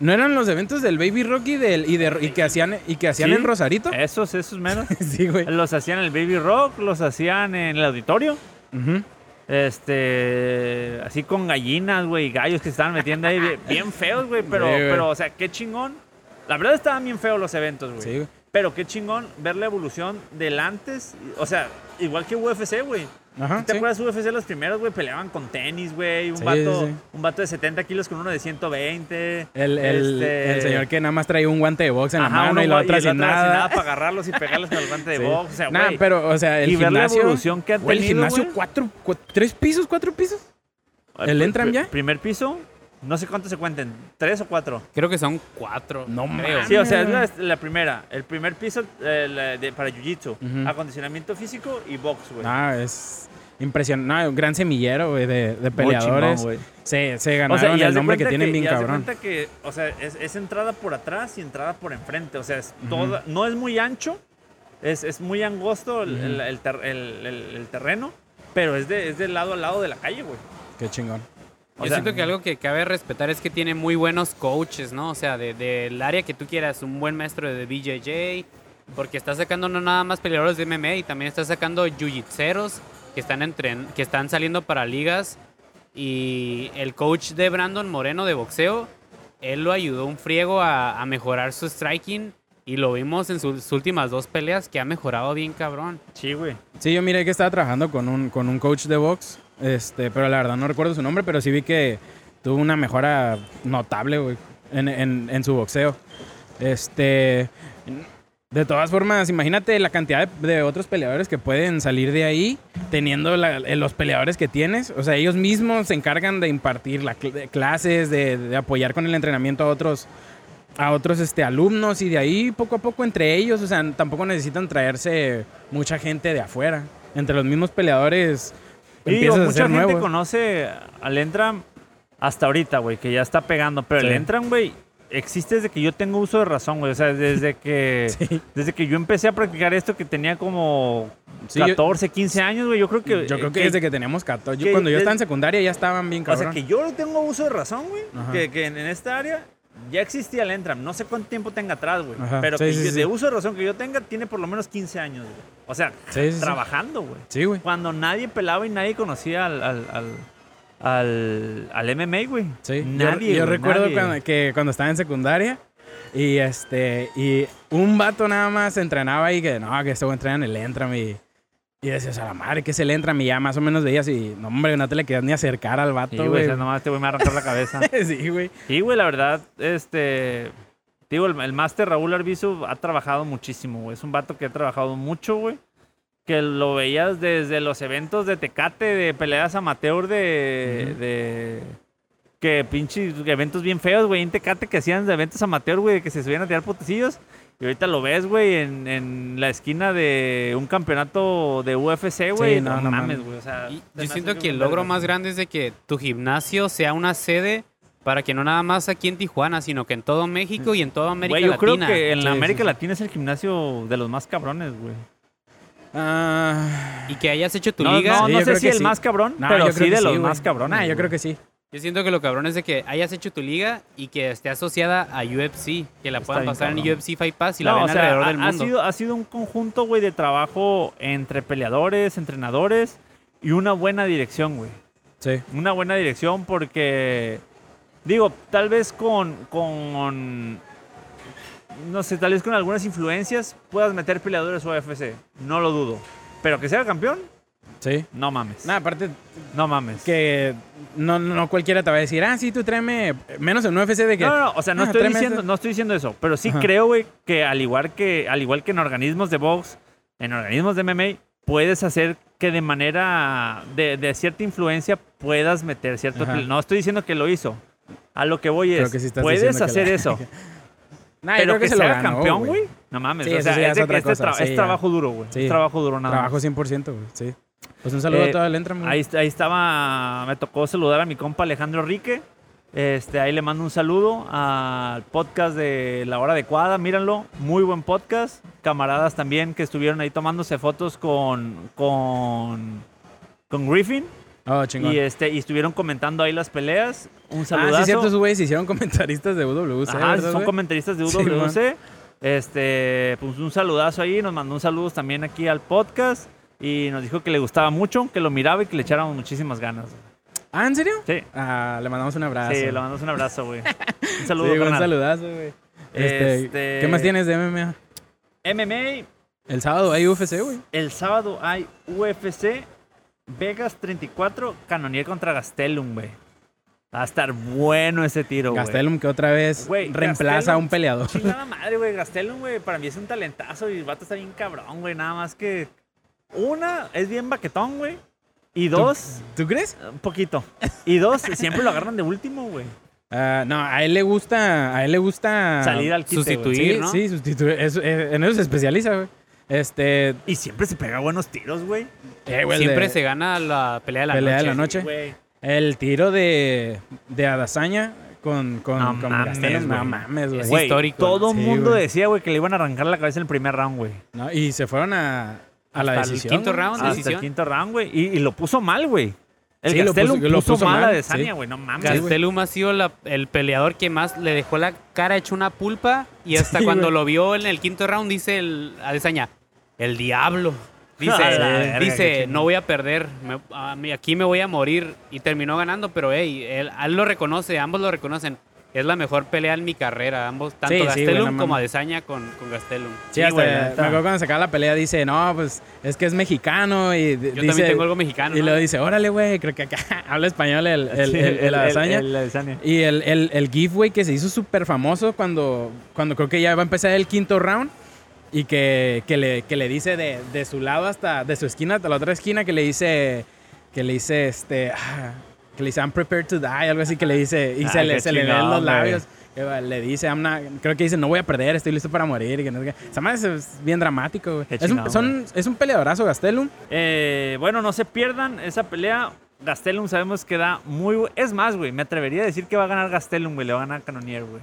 S3: no eran los eventos del Baby Rock y, del, y, de- y que hacían, y que hacían
S2: ¿Sí? Eh.
S3: en Rosarito.
S2: Esos, esos menos.
S3: sí, güey.
S2: los hacían en el Baby Rock, los hacían en el auditorio.
S3: Ujú.
S2: Este, así con gallinas, güey, y gallos que se estaban metiendo ahí, bien- bien feos, güey, pero,
S3: Sí, güey.
S2: pero, o sea, qué chingón. La verdad estaban bien feos los eventos, güey.
S3: Sí, güey.
S2: Pero qué chingón ver la evolución del antes, y- o sea, igual que UFC, güey.
S3: Ajá,
S2: ¿Sí ¿Te
S3: sí.
S2: acuerdas UFC los primeros, güey? Peleaban con tenis, güey, un,
S3: Sí,
S2: vato,
S3: sí, sí.
S2: un vato de 70 kilos con uno de 120.
S3: El, el-
S2: este,
S3: el señor que nada más traía un guante de box en
S2: ajá,
S3: la mano
S2: uno
S3: y la
S2: gua-
S3: otra sin nada.
S2: para agarrarlos y pegarles con el guante de
S3: Sí.
S2: box, o sea,
S3: Nah,
S2: güey.
S3: pero, o sea, el
S2: y ver la
S3: gimnasio.
S2: evolución que ha
S3: güey, el
S2: tenido,
S3: gimnasio,
S2: güey.
S3: cuatro, cua- tres pisos, cuatro pisos. ¿El
S2: Pr-
S3: Entram
S2: pr-
S3: ya?
S2: Primer piso, no sé cuántos se cuenten, tres o cuatro.
S4: Creo que son cuatro.
S3: No
S4: creo.
S3: mames.
S2: Sí, o sea, es
S3: Ah, mira.
S2: la, la primera. El primer piso eh, la de- para jiu-jitsu,
S3: Ujú.
S2: acondicionamiento físico y box, güey.
S3: Ah, es impresionante. No, un gran semillero, güey, de, de
S2: Muy chingón,
S3: peleadores.
S2: güey.
S3: se, se
S2: O sea,
S3: ganaron
S2: y haz
S3: el
S2: de
S3: nombre que
S2: cuenta
S3: tienen bien
S2: y haz de
S3: cabrón.
S2: cuenta que, o sea, es, es entrada por atrás y entrada por enfrente. O sea, es toda- no es muy ancho, es, es muy angosto el, el- el ter- el- el- el terreno, pero es de, es de lado a lado de la calle, güey.
S3: Qué chingón.
S2: O
S4: Yo
S2: sea,
S4: siento que algo que cabe respetar es que tiene muy buenos coaches, ¿no? O sea, del de, del área que tú quieras, un buen maestro de BJJ, porque está sacando no nada más peleadores de MMA, y también está sacando jiu-jitseros que, están entren- que están saliendo para ligas. Y el coach de Brandon Moreno de boxeo, él lo ayudó un friego a, a mejorar su striking. Y lo vimos en sus últimas dos peleas que ha mejorado bien cabrón.
S2: Sí, güey.
S3: Sí, yo miré que estaba trabajando con un, con un coach de box, este, pero la verdad no recuerdo su nombre, pero sí vi que tuvo una mejora notable güey, en, en- en su boxeo. Este, de todas formas, imagínate la cantidad de, de otros peleadores que pueden salir de ahí teniendo la- eh, los peleadores que tienes. O sea, ellos mismos se encargan de impartir la cl- de clases, de, de apoyar con el entrenamiento a otros a otros este, alumnos y de ahí poco a poco entre ellos, o sea, tampoco necesitan traerse mucha gente de afuera. Entre los mismos peleadores
S2: Y digo,
S3: empiezas a
S2: mucha
S3: ser
S2: gente
S3: nuevo.
S2: conoce al Entram hasta ahorita, güey, que ya está pegando. Pero el
S3: Sí.
S2: Entram, güey, existe desde que yo tengo uso de razón, güey. O sea, desde que, desde que yo empecé a practicar esto, que tenía como
S3: Sí, yo-
S2: 14, 15 años, güey. Yo creo que. eh,
S3: Yo creo que,
S2: que-
S3: desde que teníamos 14, yo-
S2: que
S3: cuando yo
S2: des-
S3: estaba en secundaria ya estaban bien
S2: O
S3: cabrón.
S2: sea, que yo le tengo uso de razón, güey.
S3: Ajá.
S2: Que, que en, en esta área ya existía el Entram. No sé cuánto tiempo tenga atrás, güey.
S3: Ajá,
S2: Pero
S3: sí,
S2: que
S3: sí,
S2: yo-
S3: sí.
S2: de uso de razón que yo tenga, tiene por lo menos 15 años, güey. O sea,
S3: Sí, sí, sí.
S2: trabajando, güey.
S3: Sí, güey.
S2: Cuando nadie pelaba y nadie conocía al, al, al, al, al MMA, güey.
S3: Sí.
S2: Nadie,
S3: yo, yo
S2: güey,
S3: recuerdo
S2: nadie.
S3: cuando- que cuando estaba en secundaria y este y un vato nada más entrenaba y que no, que este güey entrena en el Entram y, y decías a la madre que es el Entram y ya más o menos veías y no hombre, no te le querías ni acercar al vato,
S2: Sí, güey.
S3: güey.
S2: o sea, nomás este güey me va a arrancar la cabeza.
S3: sí, güey.
S2: Sí, güey, la verdad, este... Digo, el, el máster Raúl Arbizu ha trabajado muchísimo, güey. Es un vato que ha trabajado mucho, güey. Que lo veías desde los eventos de Tecate, de peleas amateur, de... de- que pinches eventos bien feos, güey. En Tecate que hacían de eventos amateur, güey, de que se subían a tirar potecillos. Y ahorita lo ves, güey, en, en la esquina de un campeonato de UFC, güey.
S3: Sí,
S2: no,
S3: no, no
S2: mames,
S3: mames.
S2: güey. O sea,
S4: Y
S2: se me
S4: yo
S2: hace
S4: siento
S2: bien
S4: que el
S2: verga.
S4: logro más grande es de que tu gimnasio sea una sede para que no nada más aquí en Tijuana, sino que en todo México y en toda América
S2: Güey, yo creo
S4: Latina.
S2: que en la
S3: Sí, sí,
S2: América
S3: sí.
S2: Latina es el gimnasio de los más cabrones, güey.
S3: Ah,
S4: Y que hayas hecho tu
S2: No,
S4: liga.
S2: no,
S3: Sí,
S2: no
S3: yo
S2: sé
S3: creo
S2: si
S3: que
S2: el
S3: sí.
S2: más cabrón,
S3: no, yo
S2: pero
S3: creo
S2: sí
S3: que
S2: de los
S3: güey.
S2: más cabrones.
S3: Nah, yo creo que sí.
S4: Yo siento que lo cabrón es de que hayas hecho tu liga y que esté asociada a UFC, que la
S2: Está
S4: puedan
S2: bien
S4: pasar en
S2: cabrón.
S4: UFC Fight Pass y la
S2: No,
S4: ven
S2: o sea,
S4: alrededor
S2: ha-
S4: del
S2: ha
S4: mundo.
S2: sido- ha sido un conjunto, güey, de trabajo entre peleadores, entrenadores y una buena dirección, güey.
S3: Sí.
S2: una buena dirección porque, digo, tal vez con, con, no sé, tal vez con algunas influencias puedas meter peleadores a UFC, no lo dudo. Pero que sea campeón,
S3: Sí.
S2: no mames,
S3: Nada, aparte
S2: no mames.
S3: que no, no cualquiera te va a decir, "Ah, sí, tú tráeme menos en UFC de que
S2: No, no, no, o sea, no,
S3: Ah,
S2: estoy
S3: tráeme
S2: diciendo,
S3: esto.
S2: no estoy diciendo eso, pero sí
S3: Ajá.
S2: creo, güey, que al igual que, al igual que en organismos de box, en organismos de MMA, puedes hacer que de manera, de, de cierta influencia, puedas meter cierto...
S3: Ajá.
S2: pele- No estoy diciendo que lo hizo. A lo que voy
S3: Creo
S2: es,
S3: que sí estás
S2: puedes
S3: diciendo que
S2: hacer
S3: la-
S2: eso.
S3: Nah, yo
S2: pero
S3: creo
S2: que,
S3: se lo
S2: sea
S3: ganó,
S2: campeón, güey. No mames, o
S3: Sí, eso
S2: sea,
S3: sí,
S2: es,
S3: es
S2: de
S3: otra
S2: que este
S3: cosa,
S2: tra-
S3: sí,
S2: es
S3: ya.
S2: trabajo duro, güey.
S3: Sí.
S2: Es trabajo duro nada
S3: Trabajo
S2: más.
S3: 100%, güey. Sí. Pues un saludo
S2: Eh,
S3: a todo el Entram. güey.
S2: Ahí, est- ahí estaba, me tocó saludar a mi compa Alejandro Rique. Este, ahí le mando un saludo al podcast de La Hora Adecuada, míranlo, muy buen podcast. Camaradas también que estuvieron ahí tomándose fotos con, con, con Griffin
S3: Oh, chingón.
S2: y, este, y estuvieron comentando ahí las peleas. Un
S3: ah,
S2: saludazo.
S3: sí, cierto, esos güeyes se hicieron comentaristas de WC.
S2: Ajá,
S3: ¿verdad,
S2: son
S3: Pues, eh, güey?
S2: comentaristas de
S3: Sí,
S2: UWC. este, pues un saludazo ahí, nos mandó un saludo también aquí al podcast y nos dijo que le gustaba mucho, que lo miraba y que le echáramos muchísimas ganas.
S3: Ah, ¿en serio?
S2: Sí,
S3: Ah, le mandamos un abrazo.
S2: sí, le mandamos un abrazo, güey. Un
S3: Sí,
S2: saludo,
S3: güey, un
S2: carnal.
S3: saludazo, güey. Este,
S2: Este-
S3: ¿Qué más tienes de MMA?
S2: MMA,
S3: El sábado hay UFC, güey.
S2: el sábado hay UFC Vegas 34, Canonier contra Gastelum, güey. Va a estar bueno ese tiro, güey.
S3: Gastelum que otra vez
S2: Güey,
S3: reemplaza a
S2: Gastelum,
S3: un peleador.
S2: Chingada madre, güey. Gastelum, güey, para mí es un talentazo y el vato está bien cabrón, güey. Nada más que. Una, es bien baquetón, güey. Y dos,
S3: ¿Tú crees?
S2: un poquito. Y dos, siempre lo agarran de último, güey.
S3: Ah, no, a él le gusta, a él le gusta
S2: Salir al quite, güey.
S4: sustituir.
S3: Sí,
S4: ¿no?
S3: sí, sustituir. Es- eh, en eso se especializa, güey. Este,
S2: Y siempre se pega buenos tiros, güey.
S3: eh, güey, el
S4: Siempre
S3: de-
S4: se gana la pelea de la
S3: Pelea de
S4: noche.
S3: la noche.
S2: Güey.
S3: El tiro de, de Adazaña con, con,
S2: No
S3: con
S2: mames,
S3: Gastelum, No
S2: güey.
S3: mames, güey.
S4: Es
S2: Güey,
S4: histórico,
S2: Todo
S3: ¿no? Sí,
S2: mundo
S3: güey.
S2: decía, güey, que le iban a arrancar la cabeza en el primer round, güey.
S3: No, y se fueron a, a la
S4: Hasta el
S3: decisión.
S4: quinto
S3: güey.
S4: round,
S2: Hasta el
S4: decisión.
S2: quinto round, güey. Y, y lo puso mal, güey. El
S3: Sí, lo
S2: Gastelum
S3: puso-
S2: puso,
S3: lo puso
S2: mal a
S3: mal,
S2: Desania,
S3: sí.
S2: güey. No mames. güey.
S4: Gastelum ha sido la- el peleador que más le dejó la cara hecha una pulpa y hasta
S3: Sí,
S4: cuando
S3: güey.
S4: lo vio en el quinto round dice el Adesaña, el diablo. Dice,
S2: A la verga, qué
S4: dice
S2: chingón.
S4: no voy a perder, me- a mí- aquí me voy a morir. Y terminó ganando, pero hey, él, a él lo reconoce, ambos lo reconocen. es la mejor pelea en mi carrera, ambos, tanto
S3: Sí, sí, güey,
S4: Gastelum
S3: no
S4: como
S3: mames.
S4: Adesanya con, con Gastelum.
S2: Sí,
S3: Sí, hasta
S2: güey, la
S3: me
S2: neta.
S3: acuerdo cuando se acaba la pelea dice, no, pues es que es mexicano y d-
S4: Yo
S3: dice,
S4: también tengo algo mexicano.
S3: Y
S4: ¿no?
S3: luego dice, órale, güey, creo que acá habla español el, el,
S2: Sí,
S3: el- el Adesanya.
S2: el- el Adesanya.
S3: Y el, el, el GIF, güey, que se hizo súper famoso cuando, cuando creo que ya va a empezar el quinto round y que, que, le, que le dice de, de su lado hasta, de su esquina hasta la otra esquina, que le dice, que le dice, este, ah, que le dice, I'm prepared to die, algo así, que le dice, y se,
S2: Ay,
S3: le,
S2: qué
S3: se le ven los
S2: chingón, güey.
S3: labios. que va- Le dice, I'm not- creo que dice, no voy a perder, estoy listo para morir. Que no sé qué. Esa madre es bien dramático, güey.
S2: Qué
S3: Es, un-
S2: chingón,
S3: son-
S2: güey.
S3: es un peleadorazo, Gastelum.
S2: Eh, bueno, no se pierdan esa pelea. Gastelum sabemos que da muy... bu- Es más, güey, me atrevería a decir que va a ganar Gastelum, güey. Le va a ganar Canonier, güey.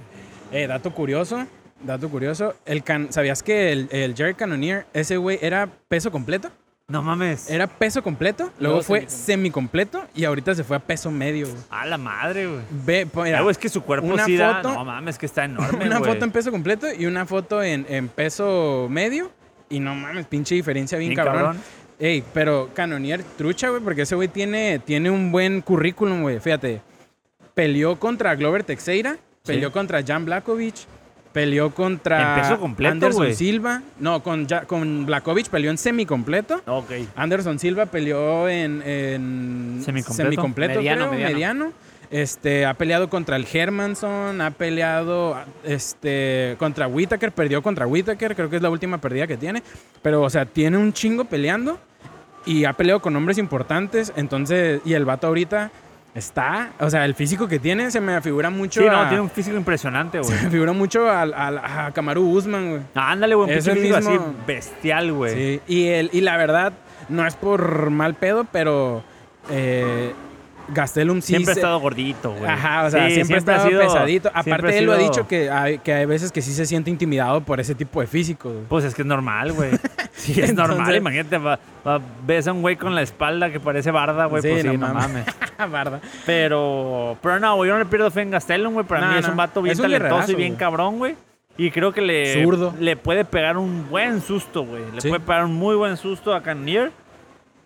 S3: Eh, dato curioso, dato curioso. El can ¿Sabías que el, el Jared Cannonier, ese güey, era peso completo?
S2: No mames.
S3: Era peso completo, luego
S4: Luego
S3: fue semicompleto y ahorita se fue a peso medio. güey.
S2: A la madre, güey.
S3: Ve, po- mira,
S2: Ah, güey, es que su cuerpo
S3: una
S2: sí da-
S3: foto-
S2: No mames, que está enorme,
S3: una
S2: güey.
S3: foto en peso completo y una foto en, en peso medio. Y no mames, pinche diferencia bien,
S2: Bien
S3: cabrón.
S2: cabrón.
S3: Ey, pero Canonier trucha, güey, porque ese güey tiene, tiene un buen currículum, güey. Fíjate, peleó contra Glover Teixeira, peleó contra Jan Blakovic, peleó contra
S2: En peso completo,
S3: Anderson
S2: güey.
S3: Silva. No, con, Ja- con Blakovic peleó en semicompleto.
S2: Ok.
S3: Anderson Silva peleó en, en
S2: Semicompleto.
S3: semicompleto,
S4: Mediano,
S3: creo, mediano.
S4: mediano.
S3: Este, ha peleado contra el Hermanson, ha peleado este, contra Whitaker, perdió contra Whitaker, creo que es la última pérdida que tiene. Pero, o sea, tiene un chingo peleando y ha peleado con hombres importantes. Entonces, y el vato ahorita está, o sea, el físico que tiene se me figura mucho
S2: Sí,
S3: a,
S2: no, tiene un físico impresionante, güey.
S3: se me figura mucho al- al- a Kamaru Usman, güey.
S2: Ah, ándale, güey, un
S3: Es
S2: pinche
S3: el
S2: físico así
S3: mismo-
S2: bestial, güey.
S3: Sí, y, el, y la verdad, no es por mal pedo, pero eh, Gastelum sí
S2: siempre ha
S3: se-
S2: estado gordito, güey.
S3: Ajá, o sea,
S2: Sí,
S3: siempre, ha estado
S2: sido-
S3: pesadito.
S2: siempre
S3: Aparte, él lo ha
S2: sido-
S3: dicho que hay, que hay veces que sí se siente intimidado por ese tipo de físico. güey.
S2: Pues es que es normal, güey. Sí, es normal.
S3: Entonces-
S2: Imagínate, va, va- ves a un güey con la espalda que parece barda, güey.
S3: Sí,
S2: pues sí,
S3: no
S2: no,
S3: mames.
S2: mames.
S3: Barda.
S2: Pero, pero no, güey, yo no le pierdo fe en Gastelum, güey. Para
S3: No,
S2: mí es
S3: no.
S2: un vato bien
S3: Es un
S2: talentoso
S3: guerrerazo,
S2: y bien
S3: güey.
S2: cabrón, güey. Y creo que le,
S3: Zurdo.
S2: le puede pegar un buen susto, güey. Le
S3: Sí.
S2: puede pegar un muy buen susto a Cannonier.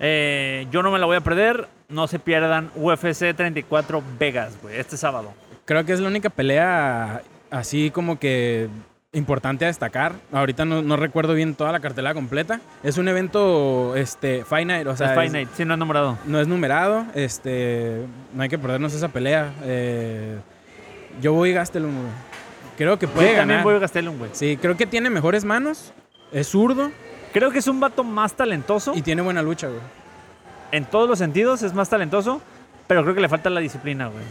S2: Eh, yo no me la voy a perder. No se pierdan UFC 34 Vegas, güey, este sábado.
S3: Creo que es la única pelea así como que importante a destacar. Ahorita no, no recuerdo bien toda la cartelera completa. Es un evento este, finite, o
S2: O sea, es
S3: sea, es-
S2: Fight Night, sí, no es nombrado.
S3: No es numerado, este, no hay que perdernos esa pelea. eh, yo voy Gastelum, güey. Creo que puede
S2: Yo
S3: ganar.
S2: también voy a Gastelum, güey.
S3: Sí, creo que tiene mejores manos, es zurdo
S2: Creo que es un vato más talentoso.
S3: y tiene buena lucha, güey.
S2: en todos los sentidos es más talentoso, pero creo que le falta la disciplina, güey.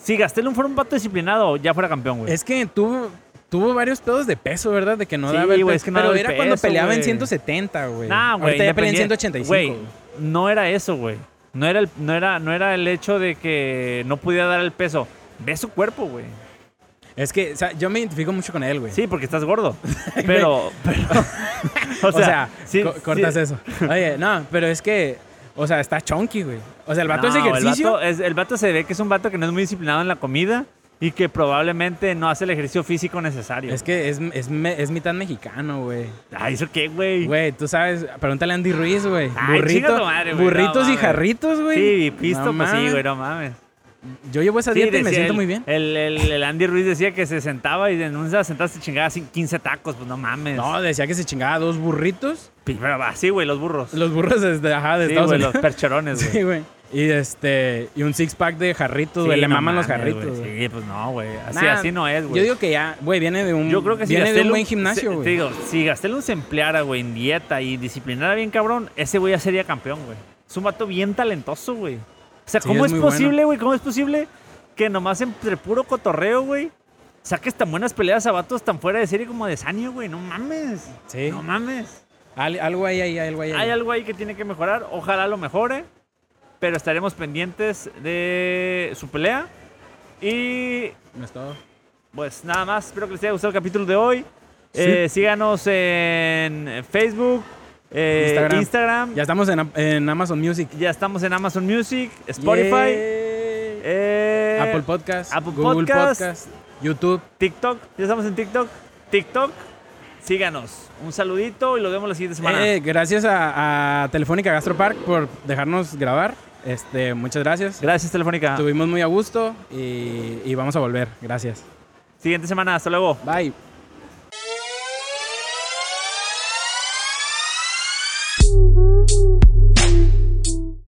S2: Si Gastelum fuera un vato disciplinado, ya fuera campeón, güey.
S3: Es que tuvo, tuvo varios pedos de peso, ¿verdad? De que no
S2: Sí,
S3: daba el
S2: güey,
S3: peso.
S2: es que no
S3: pero
S2: daba el
S3: era cuando
S2: peso,
S3: peleaba en
S2: güey.
S3: 170, güey.
S2: Nah, güey.
S3: Ahorita ya pelea en
S2: independiente-
S3: 185.
S2: Güey,
S3: güey.
S2: no era eso, güey. No era, el, no, era, no era el hecho de que no pudiera dar el peso. Ve su cuerpo, güey.
S3: Es que o sea, yo me identifico mucho con él, güey.
S2: Sí, porque estás gordo. Pero. pero-
S3: O sea,
S2: sí,
S3: co- cortas
S2: sí.
S3: eso. Oye, no, pero es que, o sea, está chonky, güey. O sea, el
S2: No,
S3: vato es
S2: güey, el
S3: ejercicio.
S2: vato es- el vato se ve que es un vato que no es muy disciplinado en la comida y que probablemente no hace el ejercicio físico necesario.
S3: Es que es, es, me- es mitad mexicano, güey.
S2: Ah, ¿eso qué, güey?
S3: Güey, tú sabes, pregúntale a Andy Ruiz, güey.
S2: Ay, chinga tu madre, güey,
S3: burritos
S2: no
S3: y
S2: mames.
S3: jarritos, güey.
S2: Sí, y pisto,
S3: No
S2: pues sí,
S3: mames.
S2: güey, no mames.
S3: Yo llevo esa
S2: Sí,
S3: dieta y me
S2: decía
S3: siento
S2: el-
S3: muy bien.
S2: El, el- el Andy Ruiz decía que se sentaba y en una sentaste chingada así 15 tacos, pues no mames.
S3: No, decía que se chingaba dos burritos.
S2: Pi- pero va, sí, güey, los burros.
S3: Los burros desde, ajá, de
S2: sí,
S3: Estados
S2: güey, los
S3: Unidos.
S2: percherones, güey.
S3: sí, güey. Y este, y un six pack de jarritos,
S2: Sí,
S3: güey. Le
S2: no
S3: maman los
S2: mames,
S3: jarritos,
S2: güey.
S3: güey.
S2: Sí, pues no, güey. Así,
S3: Nah,
S2: así no es, güey.
S3: Yo digo que ya, güey, viene de un,
S2: Yo creo que si
S3: viene de un
S2: Gastelum
S3: buen
S2: se-
S3: gimnasio,
S2: Te
S3: güey.
S2: digo, si Gastelum se empleara, güey, en dieta y disciplinara bien cabrón, ese güey ya sería campeón, güey. Es un vato bien talentoso, güey. O sea,
S3: Sí,
S2: ¿cómo
S3: es
S2: es,
S3: muy
S2: posible, güey? ¿Cómo es posible que nomás entre puro cotorreo, güey, saques tan buenas peleas a vatos tan fuera de serie como de Sanio, güey? No mames.
S3: Sí.
S2: No mames.
S3: Al- algo ahí, ahí, algo ahí. ahí.
S2: Hay algo ahí que tiene que mejorar. Ojalá lo mejore. Pero estaremos pendientes de su pelea. Y
S3: No es todo.
S2: pues nada más, espero que les haya gustado el capítulo de hoy. Eh, síganos en Facebook, eh,
S3: Instagram.
S2: Instagram.
S3: Ya
S2: Ya.
S3: estamos en, en Amazon Music.
S2: estamos en Amazon Music, Spotify,
S3: Yay.
S2: eh,
S3: Apple Podcast,
S2: Apple
S3: Google
S2: Podcast.
S3: Podcast, YouTube.
S2: TikTok. Ya estamos en TikTok. TikTok, síganos. Un saludito y lo vemos la siguiente semana.
S3: Eh, gracias a, a Telefónica Gastropark por dejarnos grabar. Este, muchas gracias.
S2: Gracias, Telefónica.
S3: Estuvimos muy a gusto y, y vamos a volver. Gracias.
S2: Siguiente semana, hasta luego.
S3: Bye.